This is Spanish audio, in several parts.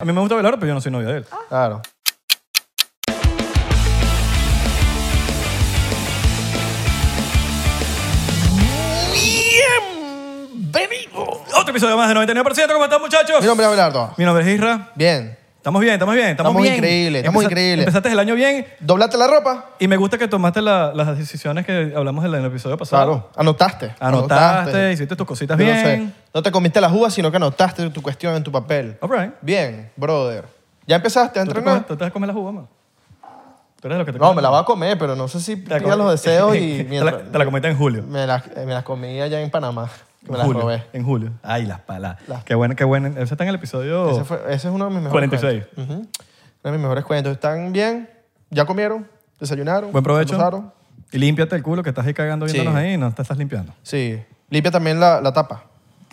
A mí me gusta Velardo, pero yo no soy novio de él. Claro. Bienvenido. Otro episodio más de 99%. ¿Cómo están, muchachos? Mi nombre es Abelardo. Mi nombre es Isra. Bien. Estamos bien, estamos bien, estamos, Estamos bien. increíbles, estamos increíbles. Empezaste el año bien ¿Doblaste la ropa? y me gusta que tomaste la- las decisiones que hablamos en el episodio pasado. Claro. Anotaste. Anotaste, hiciste tus Yo cositas No, bien. sé. No te comiste las uvas, sino que anotaste tu cuestión en tu papel. All right. Bien, brother. ¿Ya empezaste a ¿Tú te, comes, entrenar? tú te vas a comer las uvas, man. Tú eres de los que te No, comes. me la voy a comer, pero no sé si Te la pida com- los deseos y Te la- mientras... te la comiste en julio. Me las, eh, me las comí allá en Panamá. que Me en las julio. robé. En julio. Ay, las palas. Las- Qué bueno, qué bueno. Ese está en el episodio. Ese, fue- ese es uno de mis mejores 46. cuentos. Ujú. Uno de mis mejores cuentos. ¿Están bien? ¿Ya comieron? ¿Desayunaron? Buen provecho. ¿Almorzaron? Y límpiate el culo que estás ahí cagando viéndonos Sí. ahí y no te estás limpiando. Sí. Limpia también la, la tapa.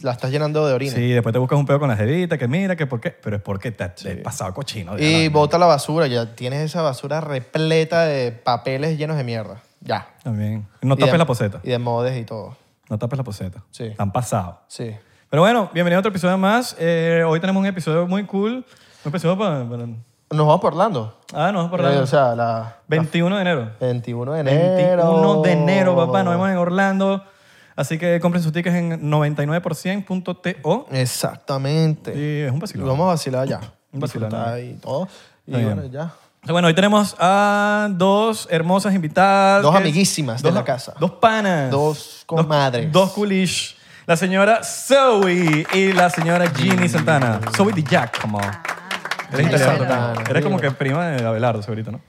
La estás llenando de orina. Sí, después te buscas un pedo con la jevita, que mira, que por qué. Pero es porque te te has pasado cochino. ya Y la- bota la basura, ya tienes esa basura repleta de papeles llenos de mierda. Ya. También. No Y de- tapes la poseta. Y de modes y todo. No tapes la poseta. Sí. Están pasados. Sí. Pero bueno, bienvenido a otro episodio más. Eh, hoy tenemos un episodio muy cool. Un episodio para... para- Nos vamos por Orlando. Ah, nos vamos por Eh, O Orlando. sea, la 21 de enero. 21 de enero. 21 de enero, papá. Nos vemos en Orlando. Así que compren sus tickets en 99%.to. Exactamente. Y es un Y vacilón. vamos a vacilar ya. Un vacilón. Disfrutar Y todo. Y Está bien. bueno, ya. Entonces, Bueno, hoy tenemos a dos hermosas invitadas. Dos que- amiguísimas de la casa. Dos panas. Dos comadres. Dos, dos coolish. La señora Zoe y la señora Ginny Santana. Zoe de Jack, como. Eres Ginny italiana. Santana, Eres mira. como que prima de Abelardo, segurito, ¿no?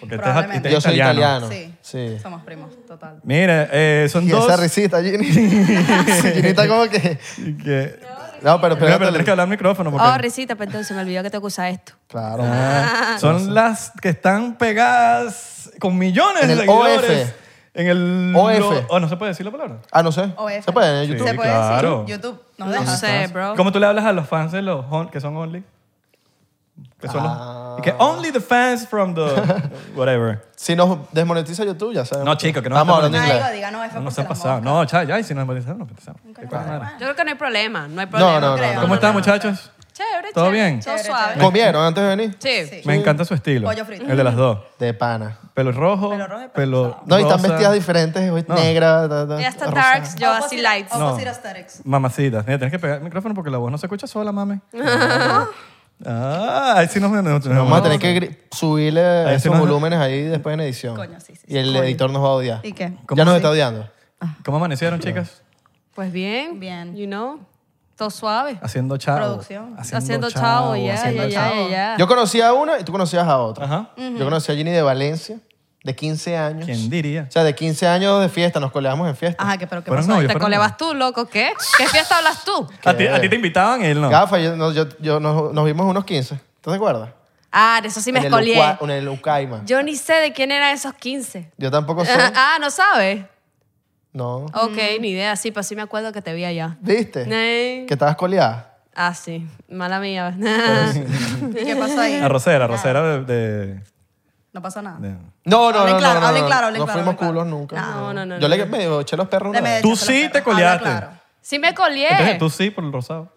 Porque este es- probablemente. este es Yo soy italiano. Sí. Ah, Sí. Somos primos, total. Mira, eh, son Y dos. esa risita, Ginny. Ginny está como que. que- No, pero Mira, pero espérate. tienes que hablar al micrófono. Porque... Oh, risita, perdón, se me olvidó que tengo que usar esto. Claro. Ah, son las que están pegadas con millones En de el seguidores. OF. En el OF. Oh, no se puede decir la palabra. Ah, no sé. OF. Se puede en Sí. YouTube. Se puede claro. decir YouTube. Nos No deja. sé, bro. ¿Cómo tú le hablas a los fans de los on- que son only? Que son los- y que only the fans from the whatever. Si nos desmonetiza YouTube, ya sabemos. No, chico, que no Vamos nos hablando Ah, inglés. digo, diga, no, No F porque nos han las pasado. moscas. No, cha, ya, y si nos monetizamos, nos monetizamos. Qué cosa Claro. mala. Yo creo que no hay problema, no hay No, problema. no, no. creo. no. ¿Cómo están, muchachos? Chévere, ¿Todo chévere, bien? Todo Chévere, suave. chévere. ¿Comieron antes de venir? Sí. Sí. Me encanta su estilo. Pollo frito. El de las dos. De pana. Pelo rojo, pelo, Pelo rojo y pelo pelo No, y están rosa. vestidas diferentes. Hoy No. negra. da, da, Ella está rosa. darks, yo así Opposite- lights. No. Opposite aesthetics. Mamacitas. Mira, tienes que pegar el micrófono porque la voz no se escucha sola, mame. ah, ahí sí nos... nos- nos- Vamos a tener que gri- subirle sí esos nos- volúmenes ahí después en edición. Coño, sí, sí, Y el editor nos va a odiar. ¿Y qué? ¿Cómo Ya nos así? está odiando. ¿Cómo amanecieron, chicas? Pues bien. Bien. You know, todo suave. Haciendo chavo. Producción. Haciendo chavo, ya, haciendo ya, ya, chavo. ya, Ah. ya. Yo conocía a una y tú conocías a otra. Ajá. Yo conocí a Ginny de Valencia, de 15 años. ¿Quién diría? O sea, de 15 años de fiesta, nos coleamos en fiesta. Ajá, que pero qué Pero pasó. no, ahí? yo- ¿Te colebas tú, loco? ¿Qué? ¿Qué fiesta hablas tú? ¿A ti, a ti te invitaban él no. Gafa, yo, no, yo- yo- nos, nos vimos unos 15. ¿Tú te acuerdas? Ah, de eso sí me en el escolié. Ucua- en el Ucaima. Yo, Yo ni sé de quién eran esos 15. tampoco sé. Ah, ¿no sabes? No. Mm. Ok, ni idea. Sí, pues sí me acuerdo que te vi allá. ¿Viste? Ney. Que estabas coleada. Ah, sí. Mala mía. ¿Qué pasó ahí? Arrocera, arrocera de... de- No pasó nada. de- No, no, Hablen no, claro, no, no, hablen no, claro, hablen no claro, fuimos hablen culos claro. nunca. No, no, no, Yo le no. medio eché los perros una De vez. Medellín, Tú se sí lo te espero. coleaste. Habla claro. Sí me colié. Entonces, tú sí por el rosado.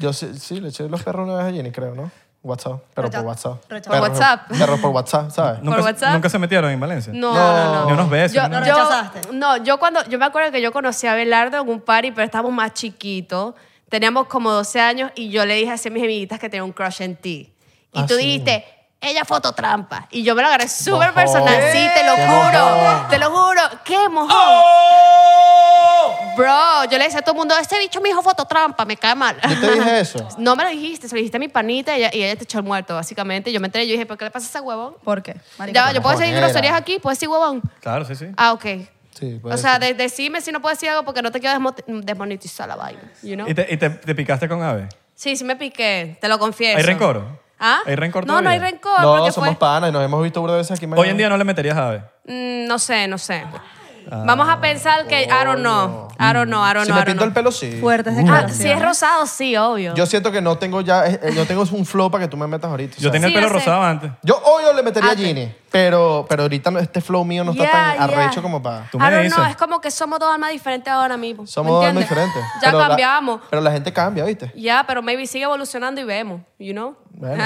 Yo sí, sí, le eché los perros una vez a Jenny, creo, ¿no? WhatsApp, pero por Rechazo. WhatsApp. Rechazo. Perros- Por WhatsApp. Perros por WhatsApp, ¿sabes? ¿Nunca, se- WhatsApp? Nunca se metieron en Valencia. No, no, no. Ni unos besos. Yo, ni nada. yo- rechazaste? rechazaste? No, yo cuando, yo me acuerdo que yo conocí a Belardo en un party, pero estábamos más chiquitos, teníamos como 12 años y yo le dije así a mis amiguitas que tenía un crush en ti. Y Ah, tú sí. dijiste, ella fototrampa. Y yo me lo agarré súper Mojón. personal, sí, te lo Qué mojón. juro, te lo juro. ¡Qué mojón! ¡Oh! Bro, yo le decía a todo el mundo, este bicho me dijo fototrampa, me cae mal. Yo te dije eso. No me lo dijiste, se lo dijiste a mi panita y ella, y ella te echó el muerto, básicamente. Yo me enteré y yo dije, ¿pero qué le pasa a ese huevón? ¿Por qué? Marica, Ya, ¿por yo puedo decir Cojonera. groserías aquí, puedo decir huevón. Claro, sí, sí. Ah, ok. Sí, puede o sea, de- decime si no puedo decir algo porque no te quiero desmo- desmonetizar la vaina. You know? ¿Y, te, y te- te picaste con Ave? Sí, sí me piqué, te lo confieso. ¿Hay rencor? ¿Ah? ¿Hay rencor No, no hay todavía? rencor. no, porque somos fue- panas y nos hemos visto burda de veces aquí en Hoy en día no le meterías a Ave. Mm, no sé, no sé. Vamos a pensar que, I don't know, I don't know, I don't Ah, Si know, me I don't pinto el know. pelo, sí. Fuertes Ah, declaraciones. si es rosado, sí, obvio. Yo siento que no tengo ya, eh, eh, no tengo un flow para que tú me metas ahorita. Yo ¿sabes? tenía el Sí, pelo ya sé. rosado antes. Yo hoy yo le metería a Ah, te- Ginny. Pero, pero ahorita no- este flow mío no está Yeah, tan yeah. arrecho como para... Tú me I don't know, dices. es como que somos dos almas diferentes ahora mismo. ¿me Somos dos almas entiendes? diferentes. Ya pero la- cambiamos. pero la gente cambia, ¿viste? Ya, pero maybe sigue evolucionando y vemos, you know? Bueno,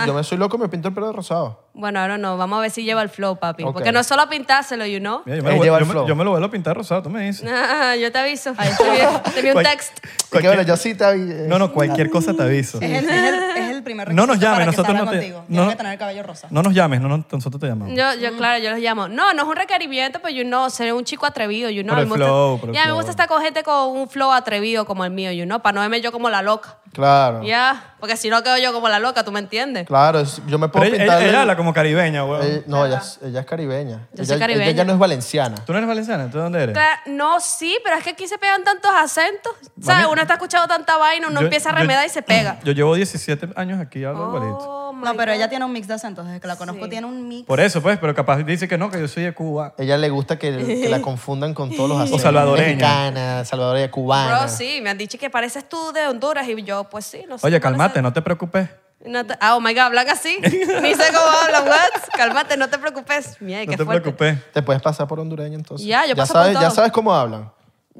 yo, yo me soy loco y me pinto el pelo de rosado. Bueno, ahora no, vamos a ver si lleva el flow, papi. Ok. Porque no es solo pintárselo, you know? Mira, yo, Él me lo, lleva yo, el me, flow. yo me lo vuelvo a pintar rosado, tú me dices. Ah, yo te aviso. Ahí te vi- te vi un Cual- text. Es que bueno, yo sí te... eh, avi- No, no, cualquier cosa te aviso. Es el, es el- es el primer requisito No nos llame, para que nosotros salga no te- contigo. no- Tienes que tener el cabello rosa. No nos llames, no, no, nosotros te llamamos. Yo, yo, claro, yo los llamo. No, no es un requerimiento, pero you know, ser un chico atrevido, you know. Por A mí el me gusta- flow, por el Ya, me flow. gusta estar con gente con un flow atrevido como el mío, you know, para no verme yo como la loca. Claro. Ah. Ya, porque si no quedo yo como la loca, ¿tú me entiendes? Claro, es- yo me Pero puedo ella, pintar... ella- ella el- habla como caribeña, weón. Ella- no, ella, es- ella es caribeña. Yo ella, soy caribeña. ella ya no es valenciana. ¿Tú no eres valenciana? ¿Tú de dónde eres? Claro, no, sí, pero es que aquí se pegan tantos acentos. ¿Sabes? Uno está escuchando tanta vaina, uno Yo- empieza a yo- remedar y se pega. Yo llevo 17 años aquí, hablo igualito. Oh, my No, pero God. ella tiene un mix de acentos. Desde que la conozco Sí. tiene un mix. Por eso, pues, pero capaz dice que no, que yo soy de Cuba. Ella le gusta que, que la confundan con todos los acentos. salvadoreña. Mexicana, salvadoreña, Ah. cubana. Bro, sí, me han dicho que pareces tú de Honduras y yo, pues sí, no sé. Oye, me parece- cálmate, no te preocupes. No te- ah, oh my God, hablan así. Ni sé cómo hablan, "Oh, what? Cálmate, no te preocupes. Mierda, No qué te fuerte. preocupes. Te puedes pasar por hondureño entonces. Ya, yo ya paso por sabes, Ya todo. sabes cómo hablan.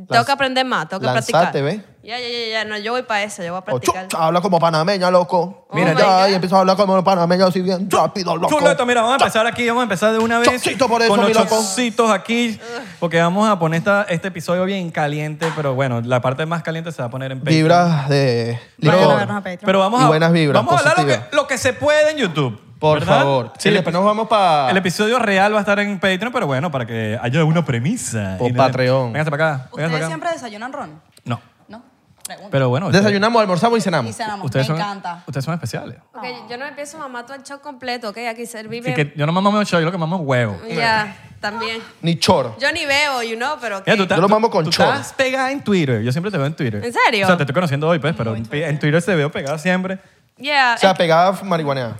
Tengo que aprender más, tengo que practicar. Lanzate, ve. Ya, ya, ya, ya, no, yo voy para eso, yo voy a O Oh, chu- practicar. chu- habla como panameña, loco. Oh Mira, my ya, God. y empieza a hablar como panameña así bien rápido, loco. Chuleta, mira, vamos a empezar aquí, vamos a empezar de una vez. Chocito por eso, con los mi loco. chocitos aquí, porque vamos a poner esta- este episodio bien caliente, pero bueno, la parte más caliente se va a poner en Patreon. Vibras de Pero, Vayan a licor. vernos a Patreon. pero vamos Y a, buenas vibras, vamos a hablar lo positivas. que, lo que se puede en YouTube. Por ¿verdad? favor. Sí, Sí, el, después nos vamos para... el episodio real va a estar en Patreon, pero bueno, para que haya una premisa. Por Y- Patreon. Véngase para acá. véngase ¿Ustedes para acá. siempre desayunan ron? No. ¿No? Pregunta. Pero bueno. ustedes- Desayunamos, almorzamos y cenamos. y cenamos. Me Ustedes son, encanta. ustedes son especiales. Ok, yo no empiezo mamá todo el show completo, ok, aquí Sí, servirme. que yo no mamo mucho, yo lo que mamo es huevo. Ya, también. Ni choro. Yo ni veo, you know, pero ok. Mira, Eh, tú estás- Yo lo tú- mamo con tú chor. estás pegada en Twitter. Yo siempre te veo en Twitter. ¿En serio? O sea, te estoy conociendo hoy, pues, pero en en Twitter se veo pegada siempre. Yeah, O sea, pegada marihuanea.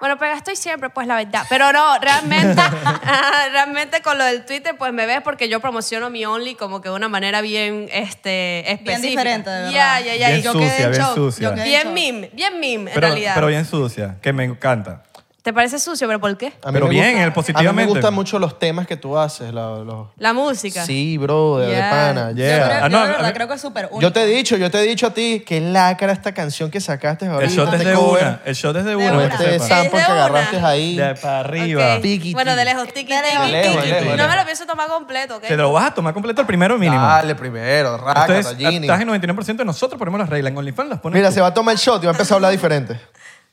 Bueno, pero estoy siempre, pues la verdad. Pero no, realmente, realmente con lo del Twitter, pues me ves porque yo promociono mi Only como que de una manera bien este, específica. diferente, de verdad. Ya, ya, ya. Bien Y yo sucia, quedé en bien shock. sucia. Yo quedé en Bien shock. meme, bien meme, en Pero, realidad. pero bien sucia, que me encanta. ¿Te parece sucio, pero por qué? A mí Pero me bien, gusta- él A mí positivamente. me gustan mucho los temas que tú haces. la- los- La música. Sí, bro, de, de Yeah. pana. yeah. Yo, creo, Yeah. Ah, yo no, de a mí- verdad creo que es súper único. Yo te he dicho, yo te he dicho a ti que lacra esta canción que sacaste ahora. El shot es de una. El shot es de una. una. para que Este sepan. Sam. sample que Es de una. agarraste ahí. De para arriba. Ok. Tiki, Bueno, tiki. de lejos, tiki, De lejos, tiki, lejos, tiki. lejos, No lejos. me lo pienso tomar completo, ¿ok? Te lo vas a tomar completo el primero mínimo. Dale, primero, raca, Ustedes, tallini. estás en 99% de nosotros ponemos las reglas. En OnlyFans las ponen Mira, tú. se va a tomar el shot y va a empezar a hablar diferente.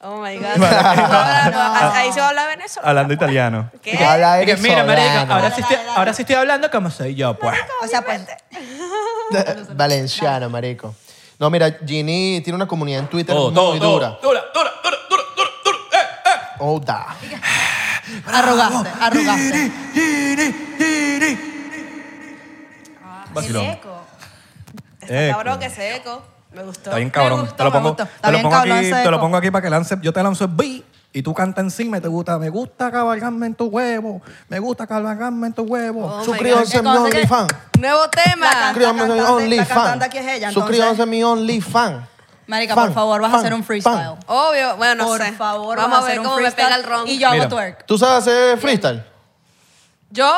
Oh my God. Ahora, no, Ahí se va a hablar venezolano. Hablando italiano. ¿Qué? Y que- Habla y que, Mira, marica, venezolano. ahora sí, estoy, ahora sí estoy hablando como soy yo, pues. O sea, pues. Valenciano, marico. No, mira, Ginny tiene una comunidad en Twitter Todo, todo, muy todo. dura. Dura, dura, dura, dura, dura, dura. Eh, eh. Oh, da. Arrugaste, arrugaste. Vacilón. Seco. Eco. Está Este cabrón que seco. Me gustó. Está bien cabrón. Me gustó, te lo me pongo, gustó. te Está lo bien pongo cabrón aquí, ese te lo eco. pongo aquí para que lance. Yo te lanzo el beat y tú canta encima y te gusta. Me gusta cabalgarme en tu huevo. Me gusta cabalgarme en tu huevo. Oh my Suscríbanse a God. mi OnlyFans. Nuevo La tema. can- Suscríbanse a mi cantante- la cantante OnlyFans. aquí es ella, entonces. Suscríbanse a mi OnlyFans. Marica, Fan, por favor, vas fan, a hacer un freestyle. fan. Obvio, bueno, no por sé. favor, Vamos vas a a ver hacer un cómo me freestyle pega el ron. Y yo Mira. hago twerk. ¿Tú sabes hacer freestyle? Yo,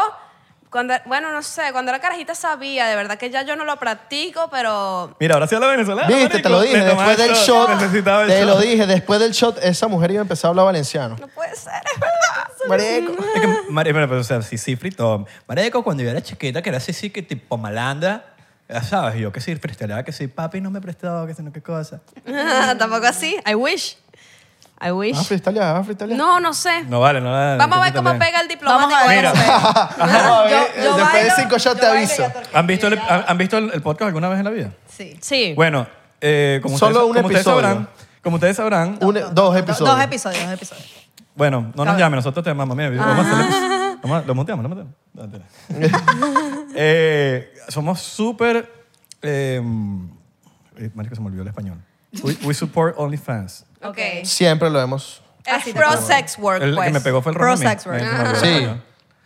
cuando, bueno, no sé, cuando era carajita sabía, de verdad que ya yo no lo practico, pero Mira, ahora sí habla venezolana. Viste, marico. te lo dije. Le tomaba Después del el shot. Necesitaba el Te shot. lo dije. Después del shot, esa mujer iba a empezar a hablar valenciano. no puede ser, es verdad. Marico. Es que, mari- pero, pero, o sea, sí, sí, frito. Marico, cuando yo era chiquita, que era así, sí, que tipo malandra, ya sabes, yo que sí, freestaleaba, que sí, papi no me prestaba, que sé no qué cosa. Tampoco así. I wish. I Ah, wish. freestyle, ah, freestyle. No, no sé. pues, No vale, no vale. Vamos a ver Tú cómo también. pega el diplomático. Vamos a ver Mira. cómo pega. Ah, Yo- ve, yo después de bailo, cinco shots yo te bailo y aviso. atorqueo. ¿Han visto, el, han, han visto el, el podcast alguna vez en la vida? Sí. Sí. Bueno, eh, como, Solo ustedes, un como ustedes episodio. sabrán, como ustedes sabrán, Un- dos episodios. Dos episodios, dos episodios. Bueno, no nos llame, nosotros te llamamos. Mira, vamos a hacerlo. Vamos a- Lo monteamos, lo monteamos. No, mentira. Eh, somos súper. Eh, eh, marico, se me olvidó el español. We, we support OnlyFans. Ok. Siempre lo vemos. Es pro sex work, El que me pues. pegó fue el Pro Ron. a mí. sex work. Me- se Ah, me olvidó el Sí. español.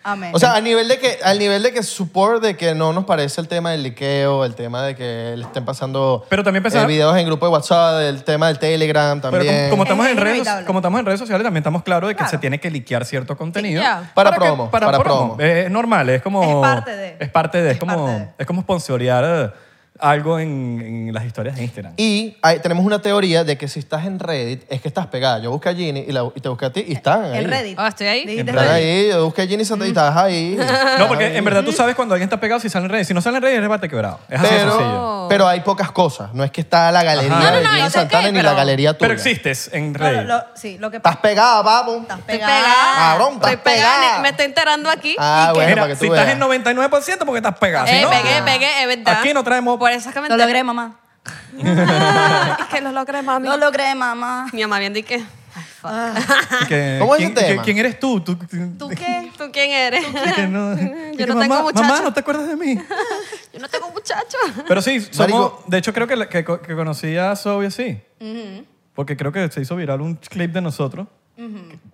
Amén. O sea, al nivel de que, al nivel de que support de que no nos parece el tema del liqueo, el tema de que le estén pasando Pero también pensaba- eh, videos en grupo de WhatsApp, el tema del Telegram también. Pero como, como Es estamos en redes, inevitable. como estamos en redes sociales, también estamos claros de que Claro. se tiene que liquear cierto contenido. ya. Para que- promo, para promo. Eh, Es normal, es como... Es parte de. Es parte de, es Es como, parte de. Es como sponsorear eh, algo en, en las historias de Instagram. Y hay- tenemos una teoría de que si estás en Reddit es que estás pegada. Yo busqué a Ginny y, la- y te busqué a ti y están ahí. en Reddit. Mm. Ah, estoy ahí. Dijiste En Están Reddit. ahí, yo busqué a Ginny y Santa- y estás ahí. no, porque en verdad tú sabes cuando alguien está pegado si sale en redes. Si no sale en redes, es rebate quebrado. Es así de sencillo. Pero, pero hay pocas cosas. No es que está la galería Ajá. No, no, de no, Ginny it's Santana okay, ni pero- la galería tuya. Pero existes en Claro, redes. lo- sí, lo que Estás pasa. pegada, papo. Estás Estoy pegada. pegada. Cabrón, estás Estoy pegada. pegada. ne- Me estoy enterando aquí. Ah, y que- bueno, Mira, para que tú si veas. estás en 99% porque estás pegado. Si Eh, no, pegué, pegué, es verdad. Aquí no traemos- Por esas Lo comentarios. logré, mamá. es que lo logré, mami. Lo logré, mamá. Mi mamá bien di que. ay, fuck. y que- ¿Cómo es ¿quién, el tema? que- ¿Quién eres tú? ¿Tú, ¿Tú qué? ¿Tú quién eres? y que no- y que no mamá, tengo muchacho. Mamá, ¿no te acuerdas de mí? Yo no tengo muchacho. Pero sí, somos, Marico. de hecho creo que, la- que, co- que conocí a Zoe así. Porque creo que se hizo viral un clip de nosotros.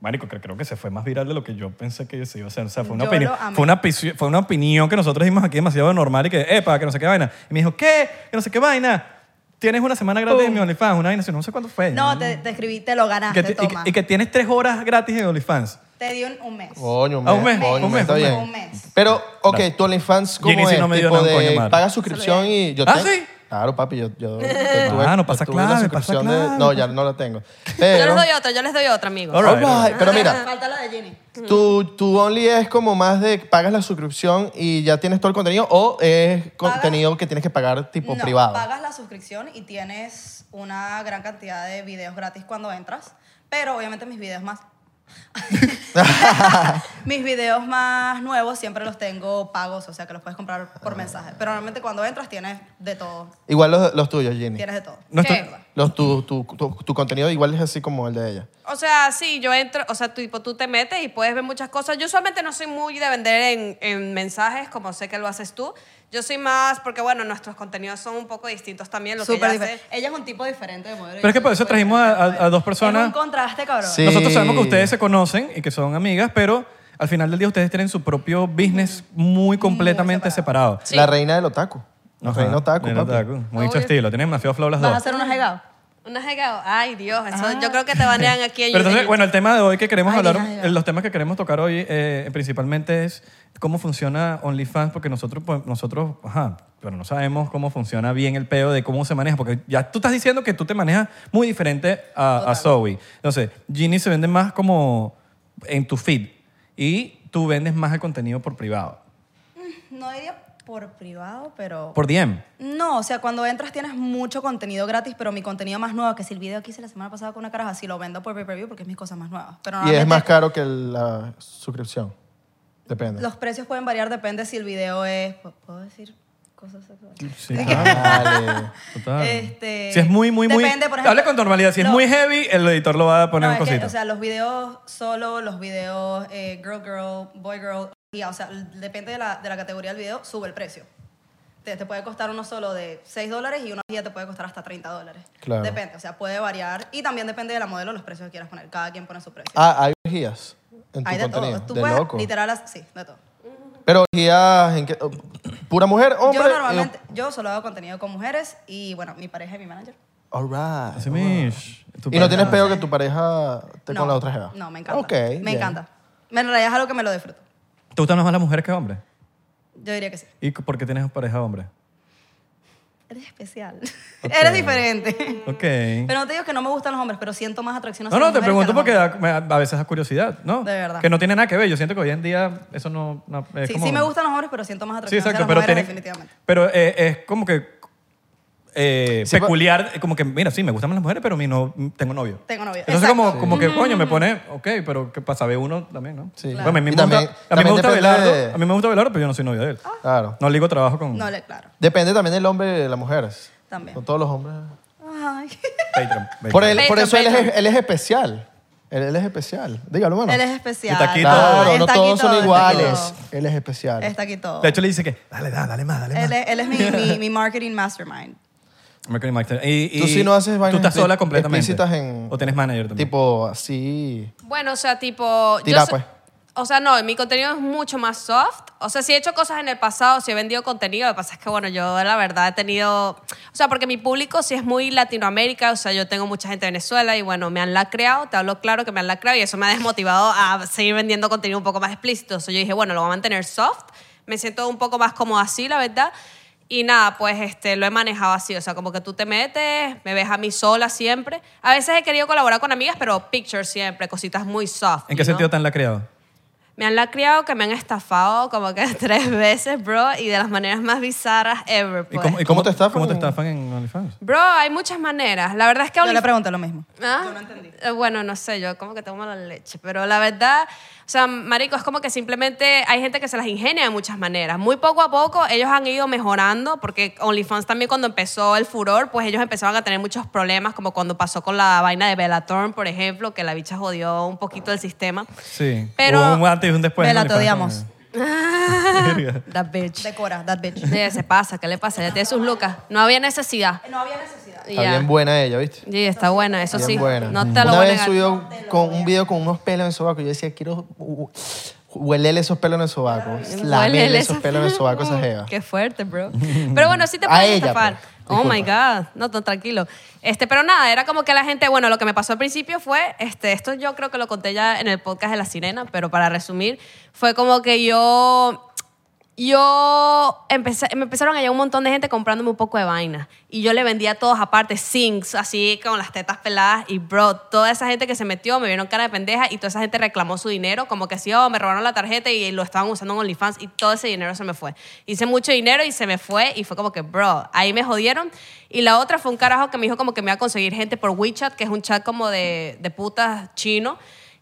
Marico, que creo que se fue más viral de lo que yo pensé que se iba a hacer. O sea, fue una, Yo opinión, lo amé. fue, una, pisi- fue una opinión que nosotros dimos aquí demasiado normal y que, epa, que no sé qué vaina. Y me dijo, ¿qué? Que no sé qué vaina. Tienes una semana gratis en mi OnlyFans, una vaina, así, no sé cuánto fue. No, te, te escribí, te lo Y que ganaste, ti- y, que- toma. y que tienes tres horas gratis en OnlyFans. Te di un, un mes. Coño, un Ah, mes. un mes, coño, un mes, está un mes. bien. Un mes. Pero, ok, tu OnlyFans, ¿cómo Ginny sí es? no me dio tipo nada, de, coño, madre. pagas suscripción y yo ¿Ah, tengo- sí? Claro, papi, yo, yo, yo Mano, pasa yo tuve la clave, suscripción pasa de- clave. No, ya no la tengo. Yo Pero, les doy otra, yo les doy otra, amigos. All right. Alright, pero mira, Falta la de Jenny. tu, tu Only es como más de pagas la suscripción y ya tienes todo el contenido o es contenido que tienes que pagar tipo no, privado. pagas la suscripción y tienes una gran cantidad de videos gratis cuando entras, pero obviamente mis videos más... mis videos más nuevos siempre los tengo pagos, o sea que los puedes comprar Ah. por mensaje, pero normalmente cuando entras tienes de todo, Igual los, los tuyos, Ginny. tienes de todo. No estoy- ¿Qué? Los, tu, tu, tu, tu contenido igual es así como el de ella. O sea, sí, yo entro, o sea, tú, tipo, tú te metes y puedes ver muchas cosas. Yo solamente no soy muy de vender en, en mensajes, como sé que lo haces tú. Yo soy más, porque bueno, nuestros contenidos son un poco distintos también, lo Súper que ella hace. diferente. Ella es un tipo diferente de modelo. Pero es que por eso trajimos a- a- a dos personas. Es un contraste, cabrón. Sí. Nosotros sabemos que ustedes se conocen y que son amigas, pero al final del día ustedes tienen su propio business muy completamente separado. Sí. La reina del otaku. La Ajá, reina otaku, reina papi. otaku. Muy dicho estilo. Tienen demasiado flow las ¿Vas a dos. hacer una jegao? Una jegao. Ay, Dios, eso, yo creo que te banean aquí. en Pero entonces, YouTube. bueno, el tema de hoy que queremos Ay, hablar, mira, mira. eh, los temas que queremos tocar hoy eh, principalmente es cómo funciona OnlyFans, porque nosotros, pues, nosotros, ajá, pero no sabemos cómo funciona bien el peo de cómo se maneja, porque ya tú estás diciendo que tú te manejas muy diferente a, a Zoe. Entonces, Ginny se vende más como en tu feed y tú vendes más el contenido por privado, No diría por privado, pero... por DM. No, o sea, cuando entras tienes mucho contenido gratis, pero mi contenido más nuevo, que si el video que hice la semana pasada con una caraja, si lo vendo por pay-per-view porque es mis cosas más nuevas. Pero Y es normalmente más caro que la suscripción. Depende. Los precios pueden variar, depende si el video es... ¿pu- ¿Puedo decir cosas sexuales? Sí, Ah, Vale. Total. Este, si es muy, muy, muy. depende, por ejemplo- Habla con normalidad. Si es No. muy heavy, el editor lo va a poner No, un es que, cosito. o sea, los videos solo, los videos eh, girl girl, boy girl, y, o sea, l- depende de la, de la categoría del video, sube el precio. Te, te puede costar uno solo de 6 dólares y uno día te puede costar hasta 30 dólares. Claro. Depende, o sea, puede variar y también depende de la modelo, los precios que quieras poner. Cada quien pone su precio. Ah, hay orgías en tu Hay de contenido. todo. Tú de puedes, loco. literal, as- sí, de todo. Pero orgías en qué- oh, pura mujer, hombre. eh, yo normalmente, yo solo hago contenido con mujeres y, bueno, mi pareja y mi manager. All right. Así mish. Tu Y no pareja. tienes peor que tu pareja esté no, con la otra jeva. No, me encanta. Ok. me bien. encanta. En realidad es algo que me lo disfruto. ¿Te gustan más las mujeres que hombres? Yo diría que sí. ¿Y c- por qué tienes pareja hombre? Eres especial. Eres diferente. Ok. Mm, Pero no te digo que no me gustan los hombres, pero siento más atracción hacia no, no, las te mujeres pregunto porque que a los da- me- a veces da curiosidad, ¿no? De verdad. Que no tiene nada que ver. Yo siento que hoy en día eso no. no- es hombres. Sí, como- sí me gustan los hombres, pero siento más Sí, atracción exacto, hacia las pero mujeres tiene- definitivamente. Pero eh, es como que. eh, Sí, pues- pa- peculiar, como que, mira, sí, me gustan más las mujeres, pero mi no, tengo novio. Tengo novio. Entonces, Exacto. Mm. como, como que, coño, me pone, ok, pero que para saber uno también, ¿no? Sí. Bueno, a mí Y me también- gusta, a mí me también gusta depende Abelardo, de- a mí me gusta Abelardo, pero yo no soy novio de él. Claro. No ligo trabajo con Ah. No, le- claro, Depende también del hombre y de las mujeres. También. No todos los hombres. Ay. Patreon. Patreon. Por, él, por Patreon, eso él es, Patreon. él es especial. Él, él es especial. Dígalo, mano. Él es especial. Está aquí Claro, todo. Ay, no está aquí todos son todo, está aquí iguales. todo. Él es especial. Está aquí todo. De hecho, le dice que, dale, dale, dale más, dale más. Él es, él es mi, mi, mi marketing mastermind. Mercury Max. Y, y Tú sí no haces Tú vainas estás expli- sola completamente. explícitas en- O tienes manager también. Tipo así. Bueno, o sea, tipo. Tira, so- pues. O sea, no, mi contenido es mucho más soft. O sea, sí he hecho cosas en el pasado, sí he vendido contenido. Lo que pasa es que, bueno, yo la verdad he tenido... O sea, porque mi público sí es muy Latinoamérica. O sea, yo tengo mucha gente de Venezuela y, bueno, me han lacreado. Te hablo claro que me han lacreado y eso me ha desmotivado a seguir vendiendo contenido un poco más explícito. O sea, yo dije, bueno, lo voy a mantener soft. Me siento un poco más como así, la verdad. Y nada, pues este, lo he manejado así. O sea, como que tú te metes, me ves a mí sola siempre. A veces he querido colaborar con amigas, pero pictures siempre, cositas muy soft. ¿En qué you know? sentido te han lacreado? Me han lacriado que me han estafado como que tres veces, bro, y de las maneras más bizarras ever. ¿Y Pues. cómo, y ¿Cómo te estafan? ¿Cómo te estafan en OnlyFans? Bro, hay muchas maneras. La verdad es que Yo le Only- pregunté lo mismo. ¿Ah? Eh, Bueno, no sé, yo como que tomo la leche, pero la verdad, o sea, marico, es como que simplemente hay gente que se las ingenia de muchas maneras. Muy poco a poco ellos han ido mejorando, porque OnlyFans también cuando empezó el furor, pues ellos empezaban a tener muchos problemas, como cuando pasó con la vaina de Bellatorn, por ejemplo, que la bicha jodió un poquito el sistema. Sí. Pero- Hubo un antes y un después. en Vela, te OnlyFans. Verga. That bitch. Decora, that bitch. Eh, se pasa, ¿qué le pasa? Ya tiene sus lucas. No había necesidad. No había necesidad. Está Ya. bien buena ella, ¿viste? Sí, está buena, eso Bien sí. buena. No te lo Una voy a vez negar. subió con un video con unos pelos en el sobaco. Yo decía, quiero hu- hu- huelele esos pelos en el sobaco. Lamele Huélele esos esa- pelos en el sobaco, esa Mm, jeva. Qué fuerte, bro. Pero bueno, sí te A pueden ella, estafar. pues. Oh my God. No, no, tranquilo. Este, pero nada, era como que la gente, bueno, lo que me pasó al principio fue, este, esto yo creo que lo conté ya en el podcast de La Sirena, pero para resumir, fue como que yo yo empecé, me empezaron a llegar un montón de gente comprándome un poco de vaina. Y yo le vendía a todos aparte, sinks, así con las tetas peladas. Y bro, toda esa gente que se metió me vieron cara de pendeja y toda esa gente reclamó su dinero, como que sí, oh, me robaron la tarjeta y lo estaban usando en OnlyFans y todo ese dinero se me fue. Hice mucho dinero y se me fue y fue como que, bro, ahí me jodieron. Y la otra fue un carajo que me dijo como que me iba a conseguir gente por WeChat, que es un chat como de, de putas chino.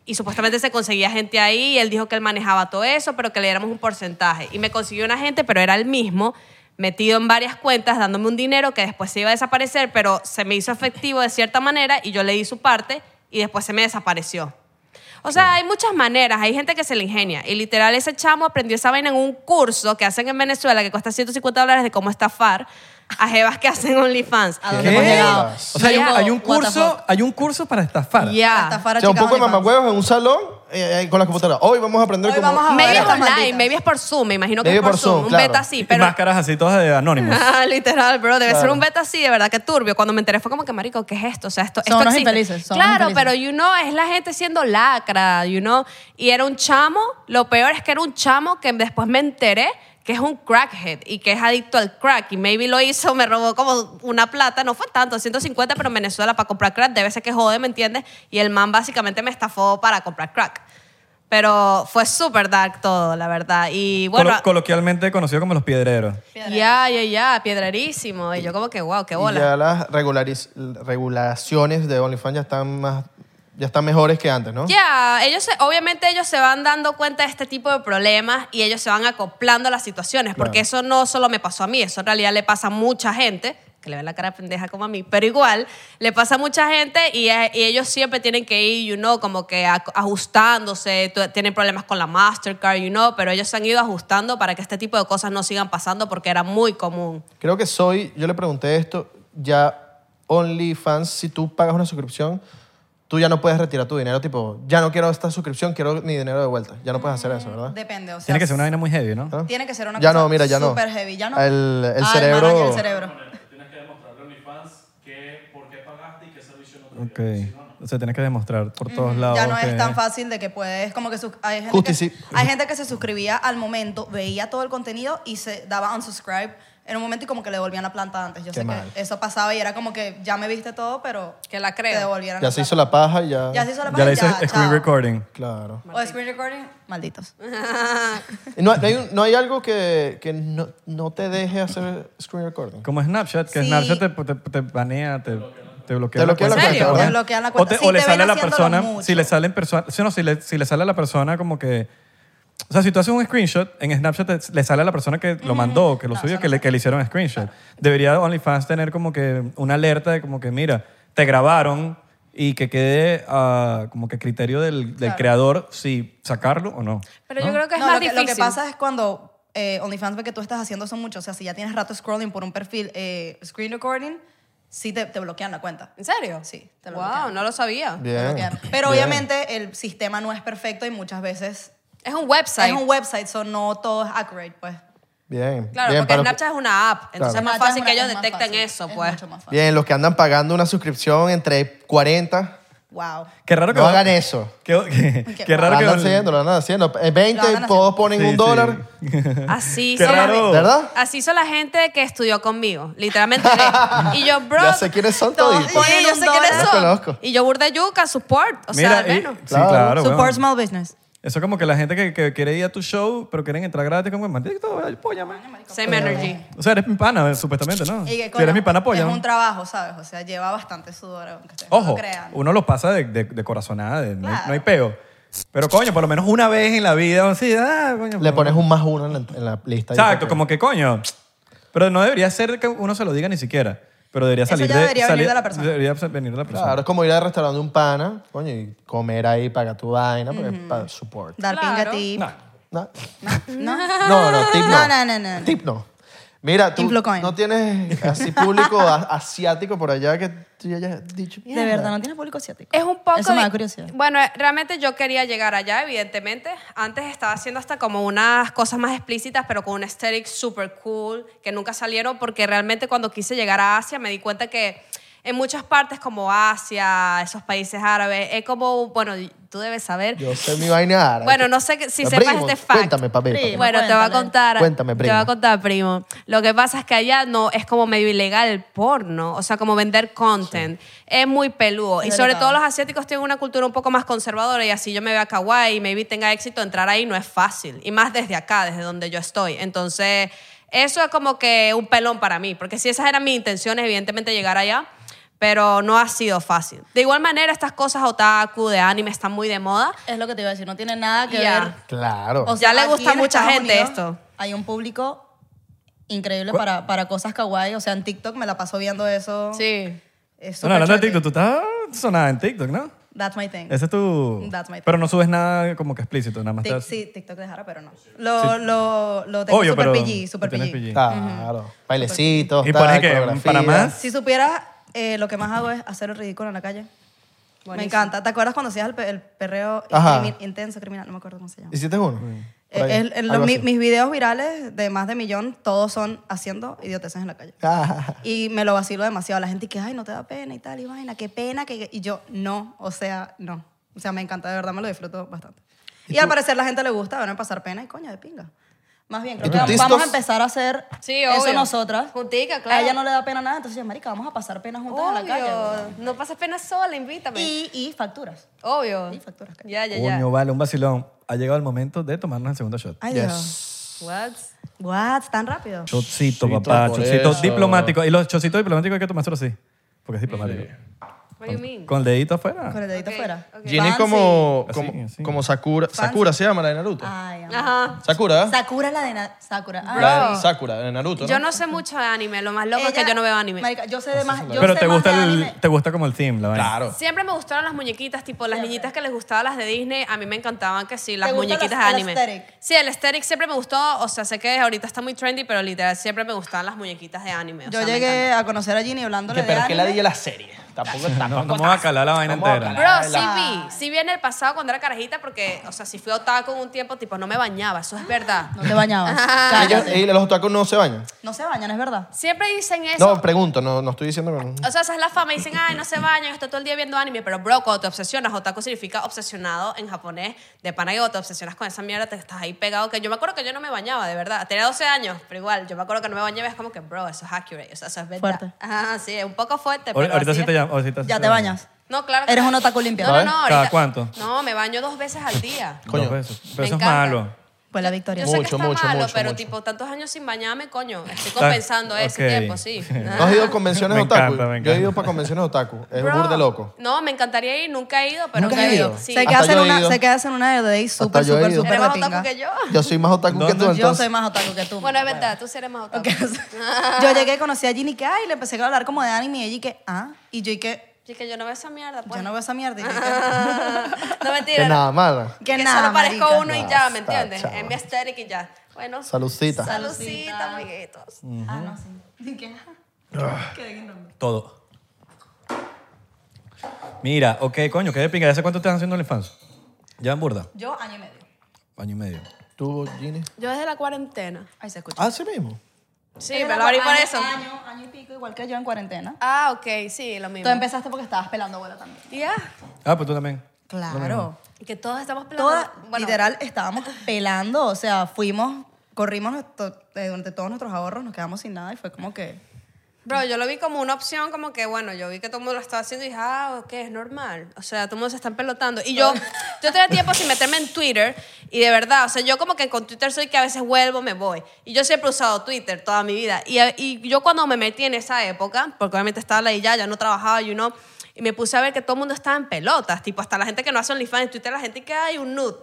Y supuestamente se conseguía gente ahí y él dijo que él manejaba todo eso, pero que le diéramos un porcentaje. Y me consiguió una gente, pero era el mismo, metido en varias cuentas, dándome un dinero que después se iba a desaparecer, pero se me hizo efectivo de cierta manera y yo le di su parte y después se me desapareció. O sea, hay muchas maneras, hay gente que se le ingenia. Y literal, ese chamo aprendió esa vaina en un curso que hacen en Venezuela que cuesta 150 dólares de cómo estafar a jevas que hacen OnlyFans. ¿A dónde ¿Qué? hemos llegado? O O sea, hay un, Yeah. hay un What the curso, fuck. hay un curso para estafar. Yeah. Estafar a O sea, un chicas poco de OnlyFans. mamacuevos en un salón eh, eh, con la computadora. Hoy vamos a aprender Hoy cómo... vamos a- Maybe es Estas online, malditas. maybe es por Zoom, me imagino que Maybe es por por Zoom, Zoom, un claro. beta así, Y pero máscaras así todas de anónimos. literal, bro, debe ser Claro. un beta así, de verdad que turbio. Cuando me enteré fue como que marico, ¿qué es esto? O sea, esto, Son esto unos existe. infelices, son claro, unos infelices. pero you know, es la gente siendo lacra, you know, y era un chamo, lo peor es que era un chamo que después me enteré que es un crackhead y que es adicto al crack y maybe lo hizo, me robó como una plata, no fue tanto, 150, pero en Venezuela para comprar crack debe ser que jode, ¿me entiendes? Y el man básicamente me estafó para comprar crack. Pero fue súper dark todo, la verdad. Y bueno, Colo- coloquialmente conocido como los piedreros. ya, ya, ya, piedrarísimo. Y yo como que, wow, qué Y bola. ya las regulariz- regulaciones de OnlyFans ya están más... Ya están mejores que antes, ¿no? Ya, ellos se- obviamente ellos se van dando cuenta de este tipo de problemas y ellos se van acoplando a las situaciones, porque eso no solo me pasó a mí, eso en realidad le pasa a mucha gente, que le ven la cara de pendeja como a mí, pero igual le pasa a mucha gente y, eh, y ellos siempre tienen que ir, you know, como que a- ajustándose, tu- tienen problemas con la Mastercard, you know, pero ellos se han ido ajustando para que este tipo de cosas no sigan pasando porque era muy común. Creo que soy, yo le pregunté esto, ya OnlyFans, si tú pagas una suscripción, tú ya no puedes retirar tu dinero, tipo, ya no quiero esta suscripción, quiero mi dinero de vuelta. Ya no puedes hacer eso, ¿verdad? Depende, o sea. Tiene que ser una vaina muy heavy, ¿no? ¿Ah? tiene que ser una ya cosa no, mira, ya no. super heavy, ya no. El, el Ah, cerebro... manager, el cerebro. Ok. O sea, tienes que demostrar por todos lados. Ya no es que- tan fácil de que puedes, como que sus- hay gente Justici- que, hay gente que se suscribía al momento, veía todo el contenido y se daba unsubscribe en un momento y como que le devolvían la planta antes. Yo Qué sé mal. que eso pasaba y era como que ya me viste todo, pero Que la te creo. devolvieron. Ya la se hizo plata. la paja y ya... Ya se hizo la Ya le página, dices screen chao. recording. Claro. O screen recording, malditos. Y No, no hay, un- no hay algo que, que no, no te deje hacer screen recording. Como Snapchat, que Sí. Snapchat te, te, te banea, te, te bloquea Te bloquea la cuenta, ¿verdad? Te bloquea la cuenta. O, te- Sí, o le te sale a ven la haciéndolo persona, mucho. si le sale en persona, sí, no, si, le, si le sale a la persona como que... O sea, si tú haces un screenshot, en Snapchat te- le sale a la persona que lo mandó, que lo subió, que, le, que le hicieron screenshot. Debería OnlyFans tener como que una alerta de como que, mira, te grabaron y que quede ah, como que criterio del, del creador si sacarlo o no. Pero yo creo que es No, más lo, que, lo difícil. que pasa es cuando eh, OnlyFans ve que tú estás haciendo eso mucho. O sea, si ya tienes rato scrolling por un perfil eh, screen recording, sí te, te bloquean la cuenta. ¿En serio? Sí, te lo Wow, bloquean. no lo sabía. Te Bien. bloquean. Pero bien. obviamente el sistema no es perfecto y muchas veces Es un website. Es un website, so no todo es accurate, pues. Bien. Claro, bien, porque para- Snapchat es una app. Entonces Claro. es más Snapchat fácil una- que ellos es más detecten fácil, eso, es pues. mucho más fácil. Bien, los que andan pagando una suscripción entre 40, Wow. Qué raro que... no hagan eso. Qué, qué- Ok, qué Lo raro que... andan haciendo, lo andan haciendo. Eh, 20, Lo andan todos ponen Sí, un sí. dólar, Así Qué son- raro. ¿verdad? Así hizo la gente que estudió conmigo, literalmente. le- y yo, bro. Ya sé quiénes son todos toditos. ponen Sí, yo un sé quiénes dólar. son. Los conozco. Y yo, burda yuca, support. O Mira, sea, y- bueno. sí, Claro. claro. Support weón. small business. Eso como que la gente que, que quiere ir a tu show, pero quieren entrar gratis, como, maldito, apóyame. Same energy. O sea, eres mi pana, eh, supuestamente, ¿no? Y que, Si coño, eres mi pana, Es apóyame. un trabajo, ¿sabes? O sea, lleva bastante sudor, aunque ustedes no Ojo, lo crean. uno los pasa de, de- de corazonada, de- no hay- Claro. no hay peo. Pero coño, por lo menos una vez en la vida, así, ah, coño. le por- pones un más uno en la, en la lista. Exacto, como que coño. Pero no debería ser que uno se lo diga ni siquiera. Pero debería Eso salir ya debería salir- venir de la persona. Debería venir de la persona. Claro, es como ir al restaurante de un pana, coño, y comer ahí, pagar tu vaina, porque para support. Dar pinga Claro. tip. Nah. No, No. no, no, tip no. No, no, no, no, no. Tip no. Mira, tú Tip lo comen. no tienes así público a- asiático por allá que tú ya hayas dicho. De verdad, no tienes público asiático. Es un poco. Eso me di- da curiosidad. Bueno, eh, realmente yo quería llegar allá, evidentemente. Antes estaba haciendo hasta como unas cosas más explícitas, pero con un aesthetic super cool, que nunca salieron, porque realmente cuando quise llegar a Asia me di cuenta que en muchas partes como Asia, esos países árabes, es como, bueno, tú debes saber. Yo sé mi vaina árabe. Bueno, no sé que- si Pero, sepas primo, este fact. Cuéntame, papi. Primo. papi. Bueno, te voy a Cuéntale. contar. Cuéntame, Te voy primo. a contar, primo. Lo que pasa es que allá no es como medio ilegal el porno, o sea, como vender content. Es muy peludo. Es y sobre delicado. todo los asiáticos tienen una cultura un poco más conservadora y así yo me veo a Kawaii y maybe tenga éxito, entrar ahí no es fácil. Y más desde acá, desde donde yo estoy. Entonces, eso es como que un pelón para mí, porque si esas eran mis intenciones, evidentemente llegar allá. Pero no ha sido fácil. De igual manera, estas cosas otaku, de anime, están muy de moda. Es lo que te iba a decir, no tiene nada que Ya. ver. Claro. O Ya le aquí gusta en mucha Estados gente Unidos esto. Hay un público increíble para, para cosas kawaii. O sea, en TikTok me la paso viendo eso. Sí. Es Bueno, hablando de superchévere. TikTok, tú estás sonada en TikTok, ¿no? That's my thing. Ese es tu... That's my thing. Pero no subes nada como que explícito, nada más. Tik- te- sí, TikTok de Jara, pero no. Lo, lo, lo tengo Obvio, super pero... PG, super tú tienes PG. PG. Claro. Bailecitos, ¿Y tal, pones qué? coreografía. ¿Para más? Si supieras, eh, lo que más hago es hacer el ridículo en la calle. Me encanta. ¿Te acuerdas cuando hacías el, pe- el perreo Ajá. crimi- intenso, criminal? No me acuerdo cómo se llama. ¿Hiciste uno? Por ahí, Eh, el- el- los- algo mi- así. mis videos virales de más de millón, todos son haciendo idioteces en la calle. Y me lo vacilo demasiado. La gente que, ay, no te da pena y tal, y vaina, qué pena. Que... Y yo, no, o sea, no. O sea, me encanta, de verdad, me lo disfruto bastante. Y, al parecer la gente le gusta, van a pasar pena y coño, de pinga. Más bien, creo ¿Y que tus vamos, discos? a empezar a hacer Sí, eso obvio. nosotras. Juntica, claro. A ella no le da pena nada, entonces, marica, vamos a pasar pena juntas en la calle. Obvio. No pasas pena sola, invítame. Y, y facturas. Obvio. Y facturas. ¿qué? Ya, ya, ya. Coño, vale, un vacilón. Ha llegado el momento de tomarnos el segundo shot. Ay, Dios. What? What? ¿Tan rápido? Chocito, Chocito, papá. por Chocito eso. diplomático. Y los chocitos diplomáticos hay que tomárselo así. Porque es diplomático. What do you mean? Con el dedito afuera. Con el dedito afuera. Ginny es Fancy. como, Así, como, así. como Sakura. Sakura se llama la de Naruto. Ah. Ay, amor. Ajá. Sakura. ¿eh? Sakura la de na- Sakura. Ah. Ay, La de Sakura, de Naruto. Yo no sé mucho de anime. Lo más loco es Ella- que yo no veo anime. Marica, yo sé de más. yo Pero sé te más gusta, de el, anime. te gusta como el team, la vaina. Claro. Siempre me gustaron las muñequitas, tipo las niñitas que les gustaban las de Disney, a mí me encantaban que sí, las gusta muñequitas las- el anime. aesthetic? Sí, el aesthetic siempre me gustó, o sea, sé que ahorita está muy trendy, pero literal siempre me gustaban las muñequitas de anime. o Yo sea, me llegué encantan. a conocer a Ginny hablándole Que, pero de que la anime. de la serie. Tampoco está. No, no me voy a calar la vaina Vamos a entera. calar. Bro, sí La- vi, sí vi en el pasado cuando era carajita, porque, o sea, si fui otaku un tiempo, tipo, no me bañaba, eso es verdad. No te bañabas. Ajá. Cállate. Ellos- y los otakus no se bañan. No se bañan, es verdad. Siempre dicen eso. No, pregunto, no, no estoy diciendo que no. O sea, esa es la fama. Dicen, ay, no se bañan, está todo el día viendo anime. Pero, bro, cuando te obsesionas, otaku significa obsesionado en japonés. De pana que cuando te obsesionas con esa mierda, te estás ahí pegado. Que yo me acuerdo que yo no me bañaba, de verdad. Tenía 12 años, pero igual, yo me acuerdo que no me bañaba. Es como que, bro, eso es accurate. O sea, eso es verdad. Fuerte. Ajá, sí, es un poco fuerte. Ahor- Pero Ahorita así sí es. te llamo. ahorita sí Ya te te llamo. bañas. No, claro. que Eres no. un otaku limpio. No, no, no. ¿Cada ahorita- cuánto? No, me baño dos veces al día. Coño. Coño. Dos veces. Pero Me eso es encanta. malo. Pues la Yo victoria. sé que Mucho, está mucho, malo, mucho, pero mucho. tipo, tantos años sin bañarme, coño. Estoy compensando ese Ah, ok. tiempo, sí. ¿No has ido a convenciones Me otaku? encanta, me Yo he encanta. ido para convenciones otaku. Es Bro, un burde loco. No, me encantaría ir, nunca he ido, pero ¿Nunca has ido? Sí. Se Hasta quedas en yo he una, ido. se quedas en una de Day Hasta súper, yo he súper, ido. Eres súper de más otaku pinga. que yo. Yo soy más otaku que tú, ¿Dónde? entonces. Yo soy más otaku que tú. Bueno, es verdad, tú sí eres más otaku. Ok, o sea, yo llegué, conocí a Ginny que, ay, le empecé a hablar como de anime y ella y que, ah, y yo y que, Sí, que yo no veo esa mierda, pues. yo no veo esa mierda. y yo y no mentira. que nada mala. que, Que, que solo nada, parezco marica. uno y ya, Basta, ¿me entiendes? chao. Es mi aesthetic y ya. Bueno. Saludcita. Saludcita, amiguitos. Mm. Ah, no, sí. Y que, ah, quedé en nombre. Todo. Mira, ok, coño, qué de pinga. ¿Ya sé cuánto te estás haciendo en la infancia? Ya en burda. Yo, año y medio. año y medio. ¿Tú, Gini? Yo desde la cuarentena. Ahí se escucha. Ah, sí mismo. Sí, Él me era lo abrí año- por eso. Año, año y pico, igual que yo en cuarentena. Ah, ok, sí, lo Tú mismo. empezaste porque estabas pelando abuela también. Ya. Ah, pues tú también. Claro. Que todos estamos pelando. Todas, bueno, literal, estábamos pelando, o sea, fuimos, corrimos nuestro- eh, durante todos nuestros ahorros, nos quedamos sin nada y fue como que... Bro, yo lo vi como una opción, como que bueno, yo vi que todo el mundo lo estaba haciendo y dije, ah, ok, es normal. O sea, todo el mundo se están pelotando. Y yo, yo tenía tiempo sin meterme en Twitter y de verdad, o sea, yo como que con Twitter soy que a veces vuelvo, me voy. Y yo siempre he usado Twitter toda mi vida. Y, y yo cuando me metí en esa época, porque obviamente estaba la ya, ya no trabajaba, y uno y me puse a ver que todo el mundo estaba en pelotas, tipo hasta la gente que no hace OnlyFans en Twitter, la gente que hay un nude,